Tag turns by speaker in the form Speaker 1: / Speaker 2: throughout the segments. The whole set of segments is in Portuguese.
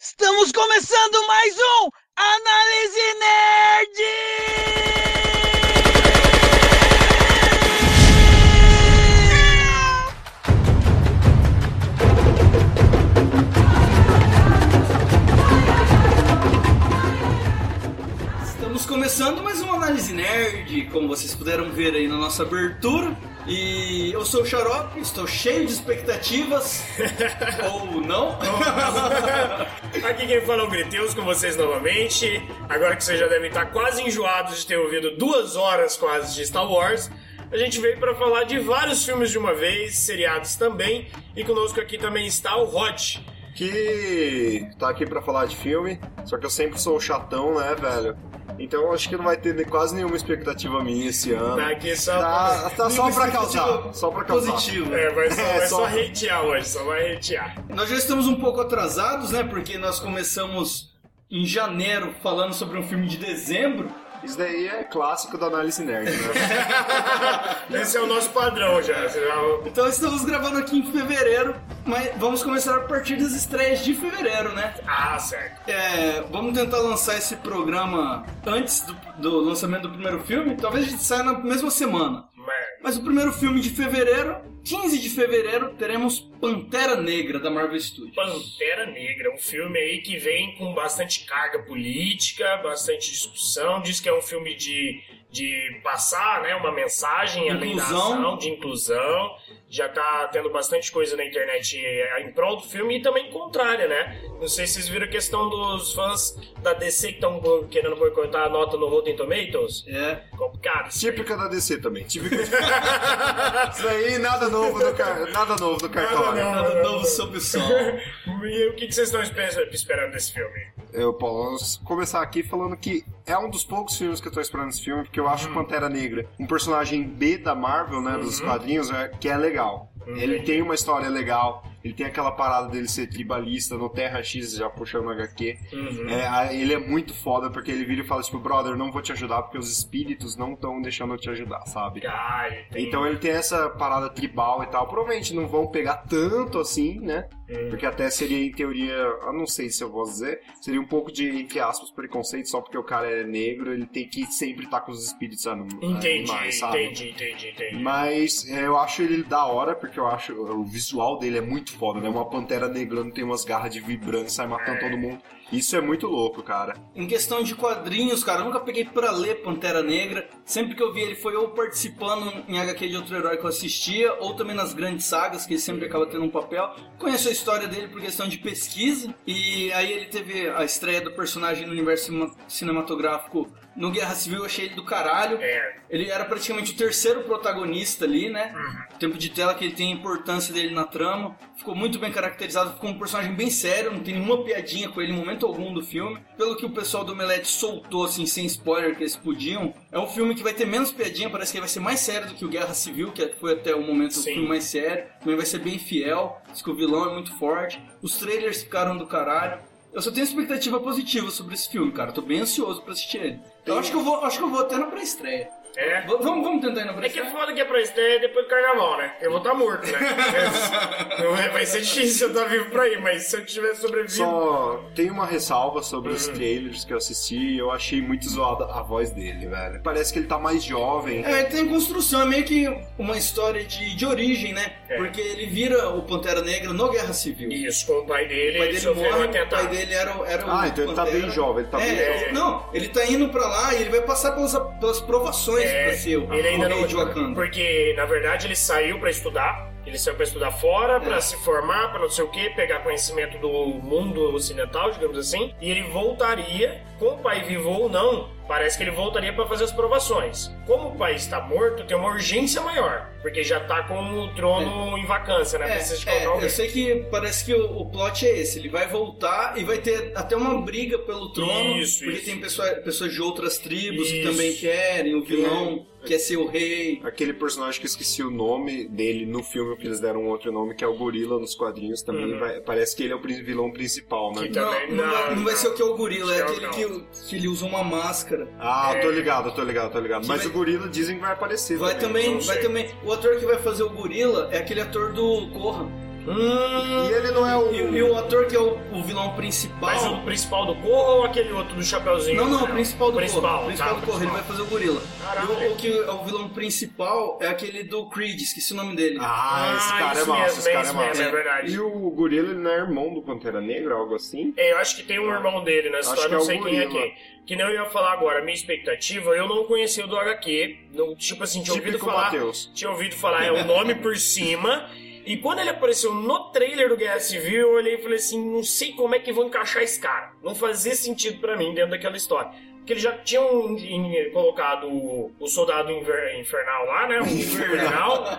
Speaker 1: Estamos começando mais um Análise Nerd!
Speaker 2: Estamos começando mais uma análise nerd, como vocês puderam ver aí na nossa abertura. E eu sou o Xarope, estou cheio de expectativas. Ou não.
Speaker 3: Aqui quem fala é o Greteus com vocês novamente. Agora que vocês já devem estar quase enjoados de ter ouvido duas horas quase de Star Wars, a gente veio para falar de vários filmes de uma vez, seriados também, e conosco aqui também está o Rod.
Speaker 4: que tá aqui pra falar de filme, só que eu sempre sou o chatão, né, velho? Então eu acho que não vai ter quase nenhuma expectativa minha esse ano.
Speaker 3: Tá aqui só.
Speaker 4: Tá, tá só
Speaker 2: Nenhuma
Speaker 4: pra
Speaker 2: expectativa
Speaker 4: causar. Só pra causar.
Speaker 2: Positivo.
Speaker 3: É, vai só,
Speaker 4: É,
Speaker 3: vai
Speaker 4: só-
Speaker 3: só hatear hoje, só vai hatear.
Speaker 2: Nós já estamos um pouco atrasados, né? Porque nós começamos em janeiro falando sobre um filme de dezembro.
Speaker 4: Isso daí é clássico da análise nerd, né?
Speaker 3: Esse é o nosso padrão já. você já-
Speaker 2: Então estamos gravando aqui em fevereiro, mas vamos começar a partir das estreias de fevereiro, né?
Speaker 3: Ah, certo.
Speaker 2: É, vamos tentar lançar esse programa antes do, do lançamento do primeiro filme. Talvez a gente saia na mesma semana.
Speaker 3: Merda.
Speaker 2: Mas o primeiro filme de fevereiro, 15 de fevereiro, teremos Pantera Negra da Marvel Studios.
Speaker 3: Pantera Negra, um filme aí que vem com bastante carga política, bastante discussão, diz que é um filme de, de passar né, uma mensagem além da
Speaker 2: Inclusão.
Speaker 3: ação, de inclusão, já tá tendo bastante coisa na internet eh, em prol do filme e também contrária, né? Não sei se vocês viram a questão dos fãs da DC que estão querendo boicotar a nota no Rotten Tomatoes,
Speaker 2: É.
Speaker 3: complicado. isso aí.
Speaker 4: Típica da DC também. Típica. Isso daí nada novo no, car... nada novo no cartório.
Speaker 3: Nada
Speaker 2: Nada é um novo sob o sol.
Speaker 3: E o que que vocês estão esper- esperando desse filme?
Speaker 4: Eu posso começar aqui falando que é um dos poucos filmes que eu tô esperando esse filme, porque eu acho Pantera Negra um personagem B da Marvel, né, dos quadrinhos, né, que é legal. Ele tem uma história legal, ele tem aquela parada dele ser tribalista no Terra X, já puxando o HQ.
Speaker 3: Uhum.
Speaker 4: É, a- ele é muito foda, porque ele vira e fala, tipo, brother, não vou te ajudar porque os espíritos não estão deixando eu te ajudar, sabe?
Speaker 3: Ah, ele tem-
Speaker 4: Então ele tem essa parada tribal e tal. Provavelmente não vão pegar tanto assim, né?
Speaker 3: uhum.
Speaker 4: Porque até seria, em teoria, eu não sei se eu vou dizer, seria um pouco de, entre aspas, preconceito, só porque o cara é negro, ele tem que sempre estar com os espíritos anim-
Speaker 3: Entendi,
Speaker 4: animais, sabe?
Speaker 3: entendi, entendi, entendi.
Speaker 4: Mas é, eu acho ele da hora, porque eu acho o visual dele é muito foda, né? Uma pantera negrando tem umas garras de vibrante, sai matando todo mundo. Isso é muito louco, cara.
Speaker 2: Em questão de quadrinhos, cara, eu nunca peguei pra ler Pantera Negra. Sempre que eu vi ele foi ou participando em HQ de outro herói que eu assistia, ou também nas grandes sagas, que ele sempre acaba tendo um papel. Conheço a história dele por questão de pesquisa, e aí ele teve a estreia do personagem no universo cima- cinematográfico no Guerra Civil, eu achei ele do caralho.
Speaker 3: É,
Speaker 2: Ele era praticamente o terceiro protagonista ali, né? O tempo de tela que ele tem, a importância dele na trama. Ficou muito bem caracterizado, ficou um personagem bem sério, não tem nenhuma piadinha com ele em momento algum do filme. Pelo que o pessoal do Omelete soltou, assim, sem spoiler que eles podiam, é um filme que vai ter menos piadinha, parece que ele vai ser mais sério do que o Guerra Civil, que foi até o momento do
Speaker 3: Sim.
Speaker 2: filme mais sério. Também vai ser bem fiel, diz que o vilão é muito forte. Os trailers ficaram do caralho. Eu só tenho expectativa positiva sobre esse filme, cara. Tô bem ansioso pra assistir ele. Eu acho que eu vou, acho que eu vou até na pré-estreia.
Speaker 3: é.
Speaker 2: V- Vamos, vamos tentar ir na
Speaker 3: É que é
Speaker 2: pré-estreia?
Speaker 3: foda que é pra estreia depois do carnaval, né? Eu vou estar morto, né? Não é- vai ser difícil eu estar vivo pra ir, mas se eu tiver sobrevivido.
Speaker 4: Só tem uma ressalva sobre
Speaker 2: Hum.
Speaker 4: os trailers que eu assisti e eu achei muito zoada a voz dele, velho. Parece que ele tá mais jovem.
Speaker 2: É, tem construção, é meio que uma história de, de origem, né?
Speaker 3: É.
Speaker 2: Porque ele vira o Pantera Negra no Guerra Civil.
Speaker 3: Isso, com o pai dele,
Speaker 2: o pai
Speaker 3: ele
Speaker 2: dele
Speaker 3: sofreu um
Speaker 2: morre, o pai
Speaker 3: atentado.
Speaker 2: dele era, o- era o
Speaker 4: Ah, então ele tá
Speaker 2: Pantera.
Speaker 4: bem jovem, ele tá
Speaker 2: é,
Speaker 4: bem jovem.
Speaker 3: jovem.
Speaker 2: Não, ele tá indo pra lá e ele vai passar pelas, pelas provações
Speaker 3: É,
Speaker 2: pra ser o
Speaker 3: ele ainda
Speaker 2: o rei
Speaker 3: não.
Speaker 2: de Wakanda.
Speaker 3: Porque, na verdade, ele saiu pra estudar. Ele saiu pra estudar fora,
Speaker 2: É.
Speaker 3: pra se formar, pra não sei o quê, pegar conhecimento do mundo ocidental, digamos assim. E ele voltaria, com o pai vivo ou não, parece que ele voltaria pra fazer as provações. Como o pai está morto, tem uma urgência maior, porque já tá com o trono em vacância, né?
Speaker 2: É,
Speaker 3: Precisa de
Speaker 2: é,
Speaker 3: colocar alguém.
Speaker 2: eu sei que parece que o, o plot é esse. Ele vai voltar e vai ter até uma briga pelo trono.
Speaker 3: Isso,
Speaker 2: porque
Speaker 3: isso.
Speaker 2: tem pessoa- pessoas de outras tribos que
Speaker 3: Isso.
Speaker 2: também querem. O vilão
Speaker 4: É.
Speaker 2: quer ser o rei.
Speaker 4: Aquele personagem que eu esqueci o nome dele no filme, que eles deram um outro nome, que é o Gorila nos quadrinhos também.
Speaker 3: Uhum.
Speaker 4: vai- parece que ele é o prin- vilão principal, né?
Speaker 3: Que tá- também.
Speaker 2: não, não, vai,
Speaker 3: Não,
Speaker 2: não vai
Speaker 3: não.
Speaker 2: ser o que é o gorila, é
Speaker 3: Não,
Speaker 2: aquele
Speaker 3: não.
Speaker 2: que, o- que ele usa uma máscara.
Speaker 4: Ah,
Speaker 3: É.
Speaker 4: tô ligado, tô ligado, tô ligado.
Speaker 2: Que
Speaker 4: Mas
Speaker 2: vai-
Speaker 4: o Gorila dizem que vai aparecer
Speaker 2: Vai
Speaker 4: também.
Speaker 2: também,
Speaker 3: não
Speaker 2: vai
Speaker 3: sei.
Speaker 2: também. O ator que vai fazer o gorila é aquele ator do Corra.
Speaker 3: Hum,
Speaker 4: E ele não é o.
Speaker 2: E, e o ator que é o, o vilão principal.
Speaker 3: mas o principal do Corra ou aquele outro do Chapeuzinho?
Speaker 2: Não, não, o
Speaker 3: Né?
Speaker 2: principal do Corra.
Speaker 3: principal,
Speaker 2: O
Speaker 3: tá,
Speaker 2: principal do Corra, ele vai fazer o gorila.
Speaker 3: Caralho.
Speaker 2: E o, o que é o vilão principal é aquele do Creed, esqueci o nome dele.
Speaker 4: Ah, esse
Speaker 3: Ah,
Speaker 4: cara é
Speaker 3: isso
Speaker 4: massa,
Speaker 3: mesmo,
Speaker 4: esse cara é
Speaker 3: isso
Speaker 4: massa.
Speaker 3: mesmo, é verdade.
Speaker 4: E o gorila, ele não é irmão do Pantera Negra, algo assim?
Speaker 3: É, eu acho que tem um irmão dele na história,
Speaker 4: que é
Speaker 3: não
Speaker 4: o
Speaker 3: sei quem é
Speaker 4: gorila.
Speaker 3: quem. Que não eu ia falar agora, minha expectativa, eu não conhecia o do HQ. Não, tipo assim, tinha ouvido
Speaker 4: Típico
Speaker 3: falar.
Speaker 4: Matheus.
Speaker 3: Tinha ouvido falar, é o nome por cima. E quando ele apareceu no trailer do Guerra Civil, eu olhei e falei assim: não sei como é que vão encaixar esse cara. Não fazia sentido pra mim dentro daquela história. Porque eles já tinham em- colocado o, o soldado inver- infernal lá, né? O infernal.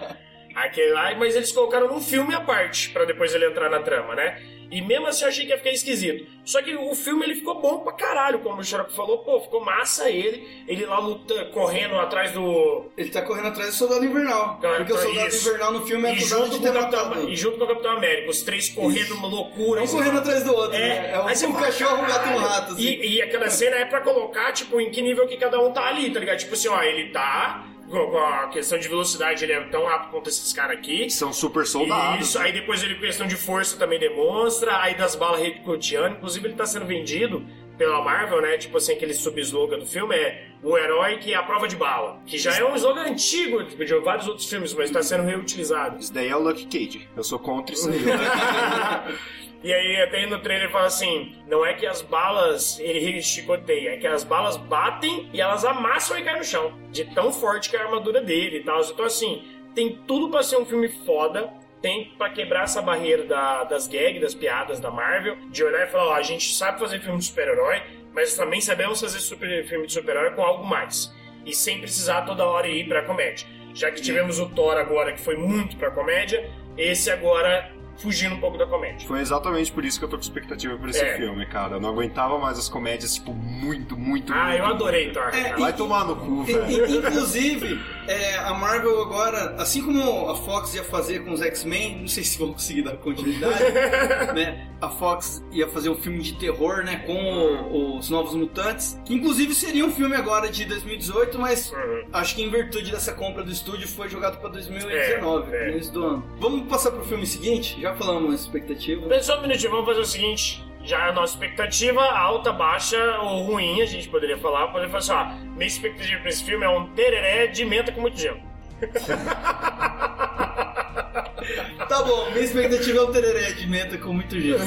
Speaker 3: Aquele lá, mas eles colocaram num filme à parte, pra depois ele entrar na trama, né? E mesmo assim eu achei que ia ficar esquisito. Só que o filme ele ficou bom pra caralho, como o Xarope falou, pô, ficou massa ele, ele lá lutando, correndo atrás do.
Speaker 2: Ele tá correndo atrás do Soldado Invernal.
Speaker 3: Cara,
Speaker 2: porque o
Speaker 3: tá
Speaker 2: Soldado
Speaker 3: isso.
Speaker 2: Invernal no filme é
Speaker 3: E
Speaker 2: acusado
Speaker 3: junto,
Speaker 2: de
Speaker 3: com o
Speaker 2: ter
Speaker 3: Capitão,
Speaker 2: matado.
Speaker 3: e junto com o Capitão América, os três correndo uma loucura.
Speaker 2: Um
Speaker 3: isso.
Speaker 2: correndo atrás do outro.
Speaker 3: É,
Speaker 2: né? É
Speaker 3: aí você
Speaker 2: um, um
Speaker 3: fala,
Speaker 2: cachorro, um gato e um
Speaker 3: "Caralho".
Speaker 2: rato. assim.
Speaker 3: E, e aquela cena é pra colocar, tipo, em que nível que cada um tá ali, tá ligado? Tipo assim, ó, ele tá. Com com a questão de velocidade, ele é tão rápido quanto esses caras aqui.
Speaker 4: São super soldados.
Speaker 3: Isso, aí depois ele, questão de força, também demonstra, aí das balas recoteando. Inclusive, ele tá sendo vendido pela Marvel, né? Tipo assim, aquele sub-slogan do filme é o herói que é a prova de bala. Que já é um slogan antigo tipo, de vários outros filmes, mas tá sendo reutilizado.
Speaker 4: Isso daí é o Lucky Cage. Eu sou contra isso aí.
Speaker 3: e aí até no trailer ele fala assim: não é que as balas ele chicoteia, é que as balas batem e elas amassam e caem no chão. De tão forte que é a armadura dele e tal. Então assim, tem tudo pra ser um filme foda. Tem pra quebrar essa barreira da- das gags, das piadas da Marvel, de olhar e falar, ó, a gente sabe fazer filme de super-herói, mas também sabemos fazer super- filme de super-herói com algo mais. E sem precisar toda hora ir pra comédia. Já que tivemos o Thor agora, que foi muito pra comédia, esse agora fugindo um pouco da comédia.
Speaker 4: Foi exatamente por isso que eu tô com expectativa pra esse
Speaker 3: É.
Speaker 4: filme, cara. Eu não aguentava mais as comédias, tipo, muito, muito,
Speaker 3: Ah,
Speaker 4: muito.
Speaker 3: eu adorei Thor.
Speaker 2: É,
Speaker 3: cara.
Speaker 4: Vai tomar no cu,
Speaker 2: E-
Speaker 4: velho.
Speaker 2: e- Inclusive, é, a Marvel agora, assim como a Fox ia fazer com os X-Men, não sei se vão conseguir dar continuidade, né? A Fox ia fazer um filme de terror, né? Com o- os Novos Mutantes, que inclusive seria um filme agora de 2018, mas
Speaker 3: Uhum.
Speaker 2: acho que em virtude dessa compra do estúdio foi jogado pra 2019,
Speaker 3: É, é.
Speaker 2: início do ano. Vamos passar pro filme seguinte? Já falamos a expectativa.
Speaker 3: Pessoal, um minutinho, vamos fazer o seguinte. Já a nossa expectativa, alta, baixa ou ruim, a gente poderia falar. Poderia falar assim, ó, minha expectativa pra esse filme é um tereré de menta com muito gelo.
Speaker 2: Tá bom, minha expectativa é o tereré de menta com muito jeito.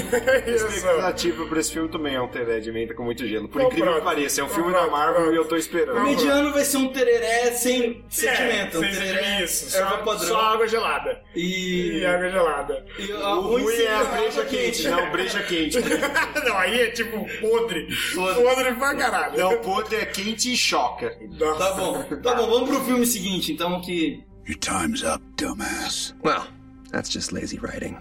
Speaker 3: Isso.
Speaker 4: expectativa pra esse filme também é um teré de menta com muito gelo. Por
Speaker 3: Então,
Speaker 4: incrível
Speaker 3: pronto.
Speaker 4: que pareça, é um
Speaker 3: Então,
Speaker 4: filme
Speaker 3: pronto,
Speaker 4: da Marvel
Speaker 3: pronto.
Speaker 4: e eu tô
Speaker 2: O
Speaker 4: esperando.
Speaker 2: mediano vai ser um tereré sem sentimento. um
Speaker 3: É, sem
Speaker 2: tereré
Speaker 3: isso,
Speaker 2: erva
Speaker 3: só,
Speaker 2: padrão.
Speaker 3: só água gelada. E
Speaker 2: E,
Speaker 3: água gelada.
Speaker 2: e a
Speaker 4: O ruim é a
Speaker 2: seria
Speaker 4: breja
Speaker 2: água
Speaker 4: quente,
Speaker 3: né?
Speaker 4: não, breja quente.
Speaker 3: Não, aí é tipo podre.
Speaker 4: Podre.
Speaker 3: Podre pra caralho.
Speaker 4: Não, podre é quente e choca.
Speaker 2: Tá bom, tá bom, vamos pro filme seguinte, então, que...
Speaker 5: Your time's up, dumbass.
Speaker 6: Well, that's just lazy writing.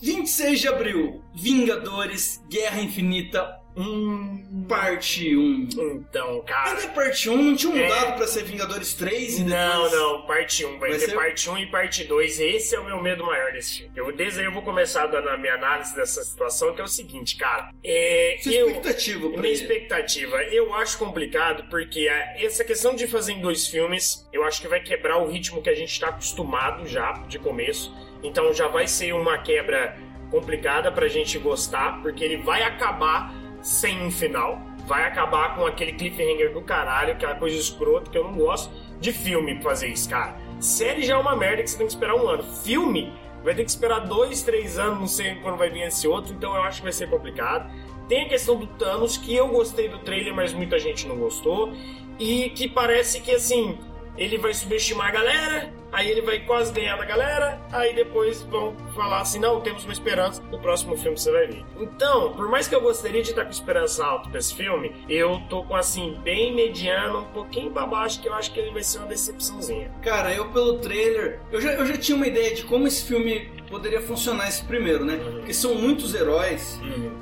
Speaker 2: 26 de abril, Vingadores, Guerra Infinita, um,
Speaker 3: Hum,
Speaker 2: parte 1.
Speaker 3: então, cara...
Speaker 2: Ainda é parte 1, não tinha
Speaker 3: É.
Speaker 2: mudado pra ser Vingadores 3 e
Speaker 3: Não,
Speaker 2: depois...
Speaker 3: não, parte 1. Vai,
Speaker 2: Vai
Speaker 3: ter
Speaker 2: ser-
Speaker 3: parte 1 e parte 2. Esse é o meu medo maior desse filme. Eu, desde aí eu vou começar dando a minha análise dessa situação, que é o seguinte, cara. É,
Speaker 2: Sua
Speaker 3: eu,
Speaker 2: expectativa pra
Speaker 3: minha
Speaker 2: ele.
Speaker 3: expectativa, eu acho complicado, porque a- essa questão de fazer em dois filmes, eu acho que vai quebrar o ritmo que a gente está acostumado já de começo. Então já vai ser uma quebra complicada pra gente gostar, porque ele vai acabar sem um final. Vai acabar com aquele cliffhanger do caralho, aquela coisa escrota que eu não gosto de filme pra fazer isso, cara. Série já é uma merda que você tem que esperar um ano. Filme vai ter que esperar dois, três anos, não sei quando vai vir esse outro, então eu acho que vai ser complicado. Tem a questão do Thanos, que eu gostei do trailer, mas muita gente não gostou. E que parece que assim, ele vai subestimar a galera, aí ele vai quase ganhar da galera, aí depois vão falar assim: não, temos uma esperança, no próximo filme você vai ver. Então, por mais que eu gostaria de estar com esperança alta pra esse filme, eu tô com assim, bem mediano, um pouquinho pra baixo, que eu acho que ele vai ser uma decepçãozinha.
Speaker 2: Cara, eu pelo trailer, eu já, eu já tinha uma ideia de como esse filme poderia funcionar esse primeiro, né?
Speaker 3: Uhum.
Speaker 2: Porque são muitos heróis.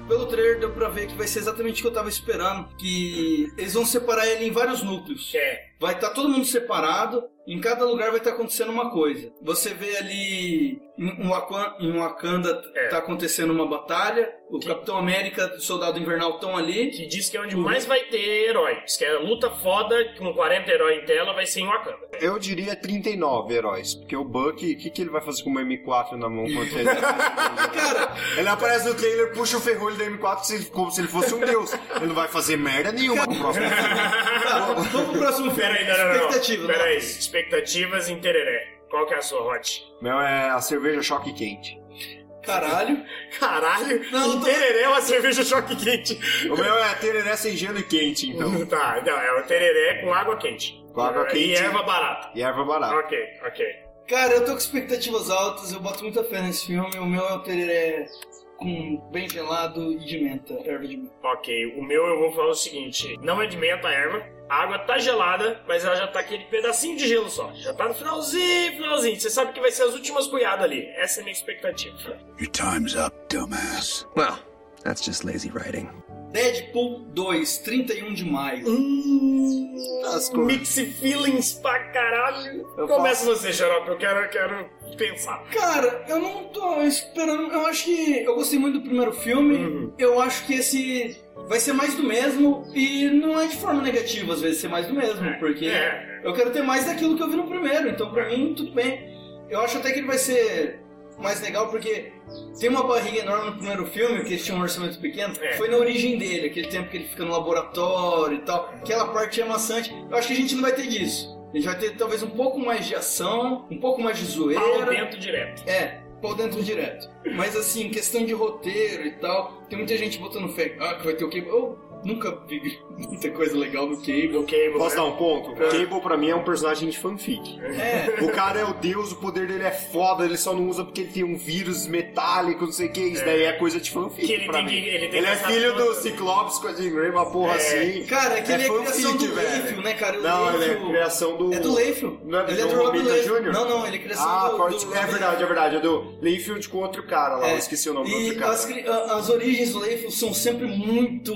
Speaker 2: Pelo trailer deu pra ver que vai ser exatamente o que eu tava esperando, que eles vão separar ele em vários núcleos.
Speaker 3: É,
Speaker 2: Vai estar todo mundo separado Em cada lugar vai estar acontecendo uma coisa. Você vê ali em Wakanda, em Wakanda
Speaker 3: É.
Speaker 2: tá acontecendo uma batalha, o Capitão América e o Soldado Invernal estão ali.
Speaker 3: Que diz que é onde mais vai ter herói. Diz que é luta foda com 40 heróis em tela vai ser em Wakanda.
Speaker 4: Eu diria 39 heróis, porque o Buck, o que, que ele vai fazer com uma M4 na mão quando ele...
Speaker 2: Cara,
Speaker 4: ele aparece no trailer, puxa o ferrolho da M4 se- como se ele fosse um deus. Ele não vai fazer merda nenhuma no próximo filme.
Speaker 2: tá, vamos pro próximo filme.
Speaker 3: Peraí, não, não, não.
Speaker 2: Expectativa,
Speaker 3: Peraí,
Speaker 2: né?
Speaker 3: expectativas em tereré. Qual que é a sua hot?
Speaker 4: Meu, é a cerveja choque quente.
Speaker 2: Caralho.
Speaker 3: Caralho,
Speaker 2: Não,
Speaker 3: em
Speaker 2: tô-
Speaker 3: tereré é uma cerveja choque quente.
Speaker 4: O meu é a tereré sem gelo e quente, então.
Speaker 3: Tá, não, é o tereré com água quente.
Speaker 4: Com água
Speaker 3: E
Speaker 4: quente. Ah.
Speaker 3: erva barata.
Speaker 4: E erva barata.
Speaker 3: Ok, ok.
Speaker 2: Cara, eu tô com expectativas altas, eu boto muita fé nesse filme. O meu é o tereré com bem gelado e de menta, erva de menta.
Speaker 3: Ok, o meu eu vou falar o seguinte: não é de menta a erva. A água tá gelada, mas ela já tá aquele pedacinho de gelo só. Já tá no finalzinho, finalzinho. Você sabe que vai ser as últimas cuiadas ali. Essa é a minha expectativa.
Speaker 5: Your time's up, dumbass.
Speaker 6: Well, that's just lazy writing.
Speaker 2: Deadpool 2, 31 de maio.
Speaker 3: Hum,
Speaker 4: As cor-
Speaker 3: mix feelings pra caralho.
Speaker 4: Eu
Speaker 3: Começa você, Xarope. Eu quero, eu quero pensar.
Speaker 2: Cara, eu não tô esperando. Eu acho que. Eu gostei muito do primeiro filme.
Speaker 3: Uhum.
Speaker 2: Eu acho que esse vai ser mais do mesmo. E não é de forma negativa, às vezes, ser mais do mesmo. Porque
Speaker 3: É,
Speaker 2: eu quero ter mais daquilo que eu vi no primeiro. Então, pra mim, tudo bem. Eu acho até que ele vai ser mais legal porque tem uma barriga enorme no primeiro filme, que eles tinham um orçamento pequeno.
Speaker 3: É.
Speaker 2: Foi na origem dele, aquele tempo que ele fica no laboratório e tal. Aquela parte é maçante. Eu acho que a gente não vai ter disso. A gente vai ter talvez um pouco mais de ação, um pouco mais de zoeira.
Speaker 3: pau dentro direto.
Speaker 2: É, pau dentro direto. Mas assim, questão de roteiro e tal, tem muita gente botando fé. Ah, que vai ter o Cable. Eu nunca vi muita coisa legal no Cable.
Speaker 3: Ok, vou-
Speaker 4: Posso dar um ponto? O Cable, pra mim, é um personagem de fanfic.
Speaker 2: É,
Speaker 4: O cara é o deus, o poder dele é foda, ele só não usa porque ele tem um vírus metálico, não sei o que, isso daí é coisa de fanfic.
Speaker 3: Que ele
Speaker 4: pra
Speaker 3: tem
Speaker 4: mim.
Speaker 3: que- ele tem que
Speaker 4: é
Speaker 3: passar
Speaker 4: filho
Speaker 3: tudo. É.
Speaker 4: do Ciclopes com a Jean Grey, uma porra assim.
Speaker 2: cara, aquele é, a criação do
Speaker 4: velho.
Speaker 2: Layfield, né, cara? O
Speaker 4: Não, ele é
Speaker 2: Layfield-
Speaker 4: criação do.
Speaker 2: É do Layfield.
Speaker 4: Não é do
Speaker 2: ele é
Speaker 4: John
Speaker 2: do Rob
Speaker 4: Romita
Speaker 2: Layfield.
Speaker 4: Jr.?
Speaker 2: Não, não, ele é criação
Speaker 4: Ah,
Speaker 2: do,
Speaker 4: corte-
Speaker 2: do
Speaker 4: é
Speaker 2: Rob
Speaker 4: verdade, é
Speaker 2: Layfield.
Speaker 4: verdade. É do Layfield com outro cara lá, eu esqueci o nome do outro
Speaker 2: E
Speaker 4: cara.
Speaker 2: as, cri- a- as origens do Layfield são sempre muito.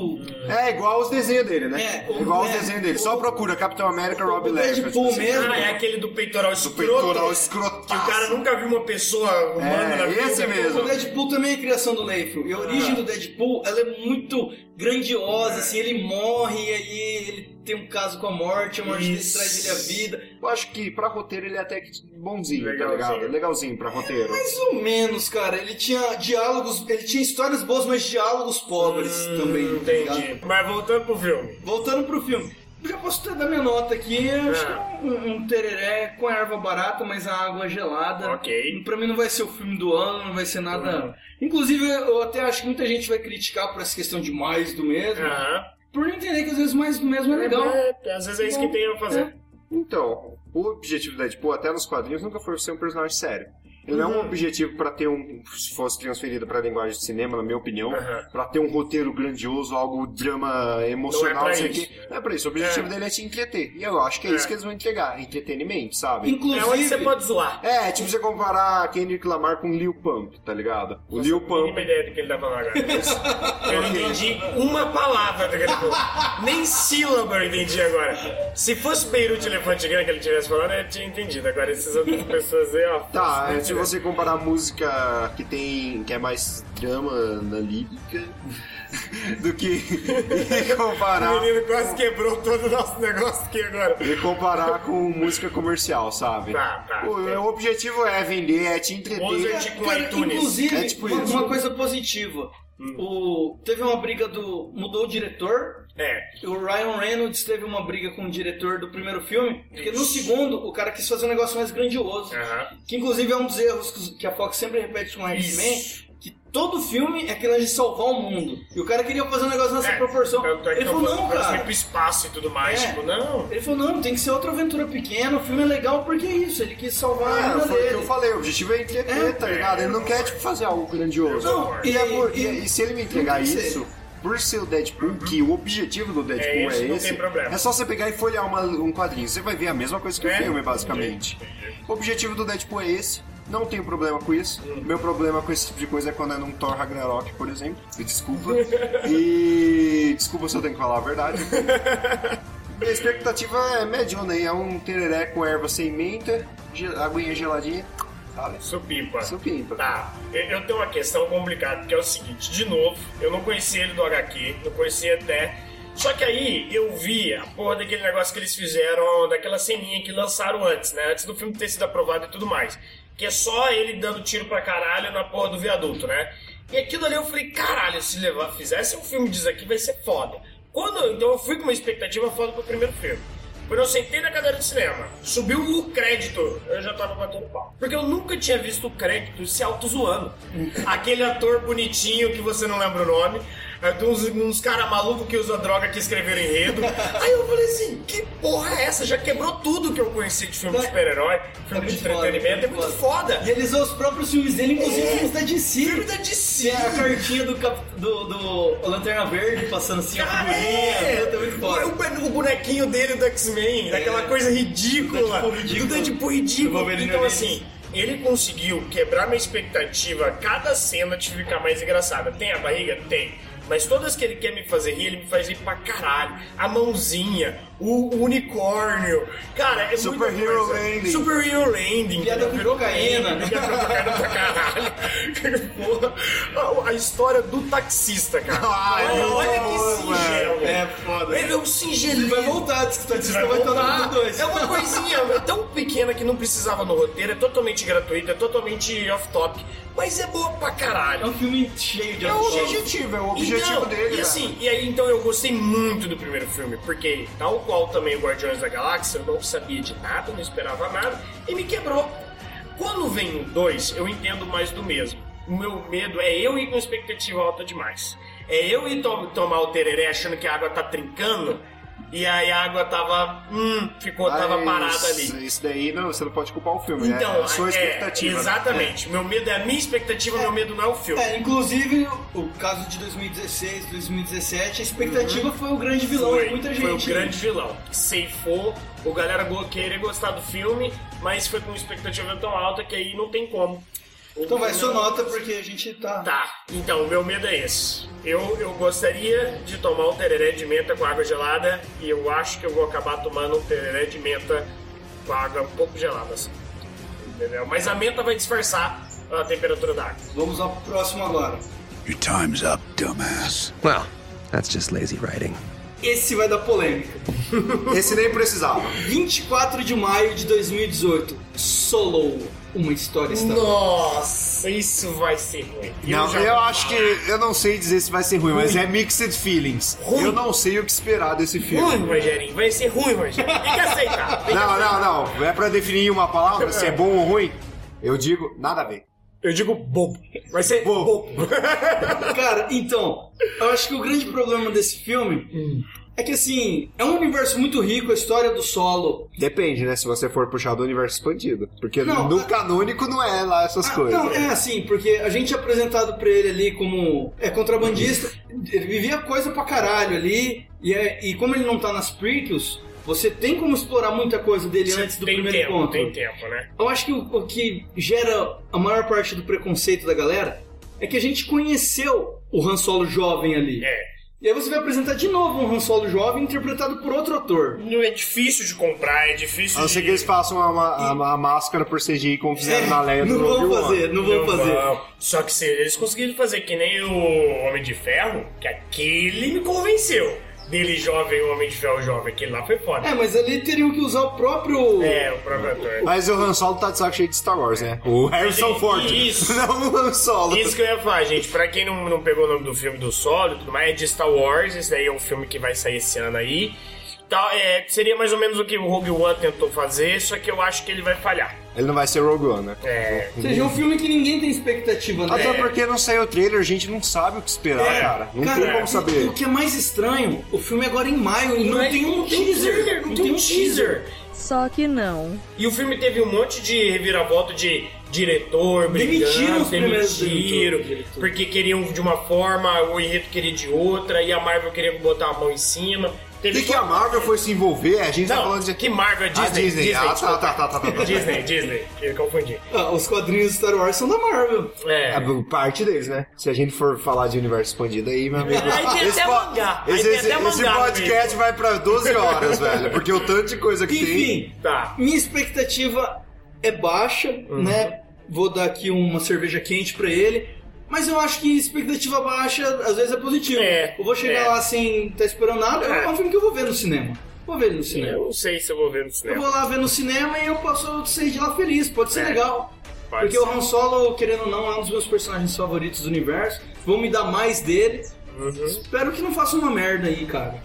Speaker 4: É igual os desenhos dele, né?
Speaker 2: É, o-
Speaker 4: igual os
Speaker 2: é,
Speaker 4: desenhos dele.
Speaker 2: o-
Speaker 4: Só procura Capitão América
Speaker 2: o
Speaker 4: Rob Layfield.
Speaker 2: Deadpool
Speaker 4: assim,
Speaker 2: mesmo.
Speaker 3: Ah, é aquele do peitoral
Speaker 4: Do
Speaker 3: escroto.
Speaker 4: peitoral escrotaço.
Speaker 3: Que o cara nunca viu uma pessoa humana
Speaker 4: É,
Speaker 3: na vida.
Speaker 4: esse mesmo.
Speaker 2: O Deadpool também é criação do Layfield. E a
Speaker 4: Ah.
Speaker 2: origem do Deadpool, ela é muito
Speaker 4: É.
Speaker 2: grandiosa, assim, ele morre e aí ele tem um caso com a morte, a morte
Speaker 3: Isso.
Speaker 2: dele traz ele à vida.
Speaker 4: Eu acho que pra roteiro ele é até que bonzinho,
Speaker 3: Legalzinho.
Speaker 4: tá ligado? Legalzinho pra roteiro.
Speaker 2: Mais ou menos, cara, ele tinha diálogos, ele tinha histórias boas, mas diálogos pobres
Speaker 3: Hum,
Speaker 2: também. tá
Speaker 3: Entendi.
Speaker 2: ligado?
Speaker 3: Mas voltando pro filme.
Speaker 2: Voltando pro filme. Eu Já posso até dar minha nota aqui, acho que é um, um tereré com a erva barata, mas a água gelada.
Speaker 3: Ok.
Speaker 2: Pra mim não vai ser o filme do ano, não vai ser nada.
Speaker 3: É.
Speaker 2: Inclusive, eu até acho que muita gente vai criticar por essa questão de mais do mesmo.
Speaker 3: Aham.
Speaker 2: Por não entender que às vezes mais do mesmo é legal.
Speaker 3: É, às vezes é isso que tem a fazer.
Speaker 4: Então, o objetivo da Deadpool, até nos quadrinhos, nunca foi ser um personagem sério. Ele não é
Speaker 2: Uhum.
Speaker 4: um objetivo pra ter um. Se fosse transferido pra linguagem de cinema, na minha opinião,
Speaker 3: Aham.
Speaker 4: pra ter um roteiro grandioso, algo drama
Speaker 3: É. Não é pra
Speaker 4: emocional, não sei o
Speaker 3: isso.
Speaker 4: quê. Não é pra isso. O objetivo
Speaker 3: É.
Speaker 4: dele é te entreter. E eu acho que é,
Speaker 3: É.
Speaker 4: isso que eles vão entregar: entretenimento, sabe?
Speaker 2: Inclusive,
Speaker 3: É onde você pode zoar.
Speaker 4: É, tipo você comparar Kendrick Lamar com Lil Pump, tá ligado? O Lil Pump.
Speaker 3: Mínima ideia do que ele tá falando agora. Eu não entendi uma palavra do que ele falou. Nem sílaba eu entendi agora. Se fosse Beirute Elefante Grande que ele tivesse falando, eu tinha entendido. Agora essas outras pessoas aí, ó.
Speaker 4: Tá, é, se
Speaker 3: né?
Speaker 4: você comparar música que tem. que é mais drama na lírica do que e
Speaker 3: O
Speaker 4: comparar.
Speaker 3: menino quase quebrou todo o nosso negócio aqui agora.
Speaker 4: E comparar com música comercial, sabe?
Speaker 3: Tá, tá.
Speaker 4: O, o objetivo é vender, é te
Speaker 3: User
Speaker 4: entreter.
Speaker 3: de com
Speaker 2: Cara,
Speaker 3: iTunes.
Speaker 2: inclusive,
Speaker 4: É tipo
Speaker 2: uma,
Speaker 4: isso.
Speaker 2: uma coisa positiva.
Speaker 3: Hum.
Speaker 2: O, teve uma briga do. Mudou o diretor.
Speaker 3: É,
Speaker 2: O Ryan Reynolds teve uma briga com o diretor do primeiro filme. Porque no segundo, o cara quis fazer um negócio mais grandioso.
Speaker 3: aham.
Speaker 2: Que inclusive é um dos erros que- que a Fox sempre repete com o
Speaker 3: Isso.
Speaker 2: X-Men. Que todo filme é aquele de salvar o mundo. E o cara queria fazer um negócio nessa
Speaker 3: É,
Speaker 2: proporção.
Speaker 3: tanto é que
Speaker 2: Ele falou, não,
Speaker 3: pra
Speaker 2: cara.
Speaker 3: ir pro espaço e tudo mais.
Speaker 2: É.
Speaker 3: Tipo, não.
Speaker 2: Ele falou, não, tem que ser outra aventura pequena, o filme é legal porque é isso, ele quis salvar a
Speaker 4: É,
Speaker 2: vida
Speaker 4: foi o que eu
Speaker 2: dele.
Speaker 4: falei, o objetivo é entreter,
Speaker 2: É.
Speaker 4: tá ligado? Ele não quer tipo, fazer algo grandioso.
Speaker 2: Não,
Speaker 4: e, é por-
Speaker 2: e-
Speaker 4: e- e se ele me entregar
Speaker 2: não tem que
Speaker 4: isso, por ser o Deadpool, que o objetivo do Deadpool
Speaker 3: É
Speaker 4: é,
Speaker 3: isso, não
Speaker 4: esse,
Speaker 3: tem problema.
Speaker 4: é só você pegar e folhear uma- um quadrinho. Você vai ver a mesma coisa que
Speaker 3: É.
Speaker 4: o filme, basicamente. O objetivo do Deadpool é esse. Não tenho problema com isso.
Speaker 3: Hum.
Speaker 4: Meu problema com esse tipo de coisa é quando é num Thor Ragnarok, por exemplo. Me desculpa. E. Desculpa se eu tenho que falar a verdade. Minha expectativa é médiona aí, é um tereré com erva sem menta, ge- aguinha geladinha, sabe?
Speaker 3: Supipa.
Speaker 4: Supimpa.
Speaker 3: Tá, eu eu tenho uma questão complicada, que é o seguinte, de novo, eu não conhecia ele do HQ, não conhecia até. Só que aí eu vi a porra daquele negócio que eles fizeram, daquela ceninha que lançaram antes, né? Antes do filme ter sido aprovado e tudo mais. Que é só ele dando tiro pra caralho na porra do viaduto, né? E aquilo ali eu falei, caralho, se levar, fizesse um filme disso aqui vai ser foda. Quando, então eu fui com uma expectativa foda pro primeiro filme. Quando eu sentei na cadeira de cinema, subiu o crédito, eu já tava batendo pau. Porque eu nunca tinha visto o crédito se auto-zoando. Aquele ator bonitinho que você não lembra o nome, é de uns, uns caras malucos que usa droga que escreveram enredo. Aí eu falei assim, que porra é essa? Já quebrou tudo que eu conheci de filme de super-herói, filme de
Speaker 2: muito foda,
Speaker 3: entretenimento, é
Speaker 2: muito
Speaker 3: muito
Speaker 2: E
Speaker 3: foda.
Speaker 2: eles usam os próprios filmes dele, inclusive
Speaker 3: É.
Speaker 2: filmes da
Speaker 3: Filme
Speaker 2: DC.
Speaker 3: da DC.
Speaker 2: Tem a cartinha do, cap... do, do Lanterna Verde passando assim, a
Speaker 3: Cara,
Speaker 2: figurinha. Puta, é muito foda.
Speaker 3: O, o bonequinho dele do X-Men, daquela coisa ridícula.
Speaker 2: Do Deadpool ridículo.
Speaker 3: Do Deadpool ridículo.
Speaker 2: Do Wolverine
Speaker 3: então,
Speaker 2: Origins.
Speaker 3: assim, ele conseguiu quebrar minha expectativa. Cada cena te ficar mais engraçada. Tem a barriga? Tem. Mas todas que ele quer me fazer rir, ele me faz rir pra caralho. A mãozinha, o, o unicórnio. Cara, é
Speaker 4: Super
Speaker 3: muita
Speaker 4: Hero
Speaker 3: coisa.
Speaker 4: Landing.
Speaker 3: Super Hero Landing.
Speaker 2: Piada com cocaína.
Speaker 3: Piada com cocaína pra caralho. Porra. A- A história do taxista, cara.
Speaker 4: Ah, é muito
Speaker 3: Olha
Speaker 4: bom,
Speaker 3: que singelo.
Speaker 4: mano. É foda.
Speaker 3: Ele é um
Speaker 2: Ele vai
Speaker 3: singelinho.
Speaker 2: voltar, diz que tá
Speaker 3: Você
Speaker 2: dizendo
Speaker 3: vai
Speaker 2: que vai
Speaker 3: voltar.
Speaker 2: estar no dois.
Speaker 3: É uma coisinha tão pequena que não precisava no roteiro, é totalmente gratuito, é totalmente off-top, mas é boa pra
Speaker 2: É
Speaker 3: caralho.
Speaker 2: um filme cheio de
Speaker 4: É o objetivo, é o objetivo
Speaker 3: Então,
Speaker 4: dele.
Speaker 3: E
Speaker 4: né?
Speaker 3: assim, e aí então eu gostei muito do primeiro filme, porque tal qual também o Guardiões da Galáxia, eu não sabia de nada, não esperava nada, e me quebrou. Quando vem o 2, eu entendo mais do mesmo. O meu medo é eu ir com expectativa alta demais. É eu ir to- tomar o tereré achando que a água tá trincando, e aí a água tava. Hum, ficou, tava
Speaker 4: Mas
Speaker 3: parada ali.
Speaker 4: Isso daí não, você não pode culpar o filme.
Speaker 3: Então,
Speaker 4: é a sua
Speaker 3: é,
Speaker 4: expectativa. né?
Speaker 3: exatamente. Meu medo é a minha expectativa, meu medo não é o filme.
Speaker 2: É, inclusive, o caso de 2016, 2017, a expectativa foi o grande vilão
Speaker 3: Uhum. foi,
Speaker 2: de muita gente. né?
Speaker 3: foi o grande vilão. Ceifou, o galera go- queria gostar do filme, mas foi com expectativa tão alta que aí não tem como. O
Speaker 2: Então vai, sua
Speaker 3: filme-
Speaker 2: nota, porque a gente tá...
Speaker 3: Tá, então o meu medo é esse. Eu, eu gostaria de tomar um tereré de menta com água gelada e eu acho que eu vou acabar tomando um tereré de menta com água um pouco gelada, assim. Entendeu? Mas a menta vai disfarçar a temperatura da água.
Speaker 2: Vamos ao próximo agora.
Speaker 5: Your time's up, dumbass.
Speaker 6: Well, that's just lazy writing.
Speaker 2: Esse vai dar polêmica.
Speaker 4: Esse nem precisava.
Speaker 2: 24 de maio de 2018, Solo, uma história Star Wars.
Speaker 3: Nossa, isso vai ser ruim.
Speaker 4: Não,
Speaker 3: já
Speaker 4: eu,
Speaker 3: vou
Speaker 4: acho que.
Speaker 3: falar.
Speaker 4: Eu não sei dizer se vai ser ruim, mas é mixed feelings.
Speaker 3: Ruim.
Speaker 4: Eu não sei o que esperar desse filme.
Speaker 3: Ruim, Rogerinho. Vai ser ruim, Rogerinho. Tem que aceitar. Tem que
Speaker 4: Não,
Speaker 3: aceitar.
Speaker 4: não, não. É pra definir em uma palavra se é bom ou ruim. Eu digo, nada a ver.
Speaker 3: Eu digo bobo. Vai ser bobo.
Speaker 4: Bobo.
Speaker 2: Cara, então, eu acho que o grande problema desse filme
Speaker 3: Hum.
Speaker 2: é que, assim, é um universo muito rico, a história do Solo
Speaker 4: Depende, né? Se você for puxar do universo expandido. Porque
Speaker 2: Não,
Speaker 4: no
Speaker 2: a-
Speaker 4: canônico não é lá essas
Speaker 2: Ah,
Speaker 4: coisas.
Speaker 2: Não, é assim, porque a gente é apresentado pra ele ali como é contrabandista, ele vivia coisa pra caralho ali, e, é- e como ele não tá nas prequels, você tem como explorar muita coisa dele antes do
Speaker 3: tem
Speaker 2: primeiro
Speaker 3: tempo,
Speaker 2: encontro.
Speaker 3: Tem tempo, né?
Speaker 2: Eu acho que o, o que gera a maior parte do preconceito da galera é que a gente conheceu o Han Solo jovem ali.
Speaker 3: É.
Speaker 2: E aí você vai apresentar de novo um Han Solo jovem interpretado por outro ator.
Speaker 3: Não é difícil de comprar, é difícil
Speaker 4: A não
Speaker 3: de...
Speaker 4: ser que eles façam uma, uma- uma máscara por CGI como fizeram na Leia do
Speaker 2: É, não vão
Speaker 4: Rogue One.
Speaker 2: fazer, não vão fazer.
Speaker 3: vão. Só que se eles conseguiram fazer que nem o Homem de Ferro, que aquele me convenceu. Dele jovem, o Homem de Ferro jovem. Aquele lá foi foda.
Speaker 2: É, mas ali teriam que usar o próprio.
Speaker 3: É, o próprio ator.
Speaker 4: Mas o Han Solo tá de saco cheio de Star Wars, né? O Harrison
Speaker 3: Ele-
Speaker 4: Ford.
Speaker 3: isso.
Speaker 4: Não o Han Solo.
Speaker 3: Isso que eu ia falar, gente. Pra quem não, não pegou o nome do filme do Solo, e tudo mais, é de Star Wars. Esse daí é um filme que vai sair esse ano aí. Tá, é, seria mais ou menos o que o Rogue One tentou fazer, só que eu acho que ele vai falhar.
Speaker 4: Ele não vai ser Rogue One, né?
Speaker 3: É,
Speaker 2: Ou seja, é um filme que ninguém tem expectativa, né?
Speaker 4: Até porque não saiu o trailer, a gente não sabe o que esperar,
Speaker 3: É.
Speaker 4: cara. Não
Speaker 2: Cara,
Speaker 4: tem como
Speaker 2: o- O
Speaker 4: saber.
Speaker 2: que é mais estranho, o filme é agora em maio e não,
Speaker 3: é-
Speaker 2: tem um teaser.
Speaker 3: não tem um teaser.
Speaker 7: Só que não.
Speaker 3: E o filme teve um monte de reviravolta de diretor, brigando,
Speaker 2: Demitiram os primeiros
Speaker 3: demitiram,
Speaker 2: diretores.
Speaker 3: porque queriam de uma forma, o Enredo queria de outra, e a Marvel queria botar a mão em cima.
Speaker 4: O
Speaker 3: Teve
Speaker 4: que, que a Marvel foi se envolver? A gente tá
Speaker 3: Não,
Speaker 4: falando de...
Speaker 3: que Marvel, Disney.
Speaker 4: Ah, Disney. Ah, tá,
Speaker 3: desculpa.
Speaker 4: tá, tá, tá, tá, tá.
Speaker 3: Disney, Disney. Eu confundi.
Speaker 2: Ah, os quadrinhos de Star Wars são da Marvel.
Speaker 3: É.
Speaker 4: É b- parte deles, né? Se a gente for falar de universo expandido aí, meu amigo.
Speaker 3: Aí tem até
Speaker 4: po-
Speaker 3: mangá. Aí
Speaker 4: Esse,
Speaker 3: tem
Speaker 4: esse-
Speaker 3: até
Speaker 4: esse
Speaker 3: mangá no
Speaker 4: podcast vai pra 12 horas, velho. Porque o tanto de coisa que tem.
Speaker 2: Enfim,
Speaker 3: Tá.
Speaker 2: minha expectativa é baixa,
Speaker 4: Uhum.
Speaker 2: né? Vou dar aqui uma cerveja quente pra ele. Mas eu acho que expectativa baixa às vezes é positivo.
Speaker 3: É,
Speaker 2: eu vou chegar
Speaker 3: é.
Speaker 2: lá sem estar esperando nada. É.
Speaker 3: É.
Speaker 2: um filme que eu vou ver no cinema. Vou ver ele no cinema.
Speaker 3: Eu não sei se É, eu vou ver no
Speaker 2: Eu
Speaker 3: cinema.
Speaker 2: vou lá ver no cinema e eu posso sair de lá feliz, pode ser
Speaker 3: É.
Speaker 2: legal.
Speaker 3: Pode
Speaker 2: Porque
Speaker 3: ser.
Speaker 2: o Han Solo, querendo ou não, é um dos meus personagens favoritos do universo. Vão me dar mais dele. Espero que não faça uma merda aí, cara.
Speaker 3: Uhum.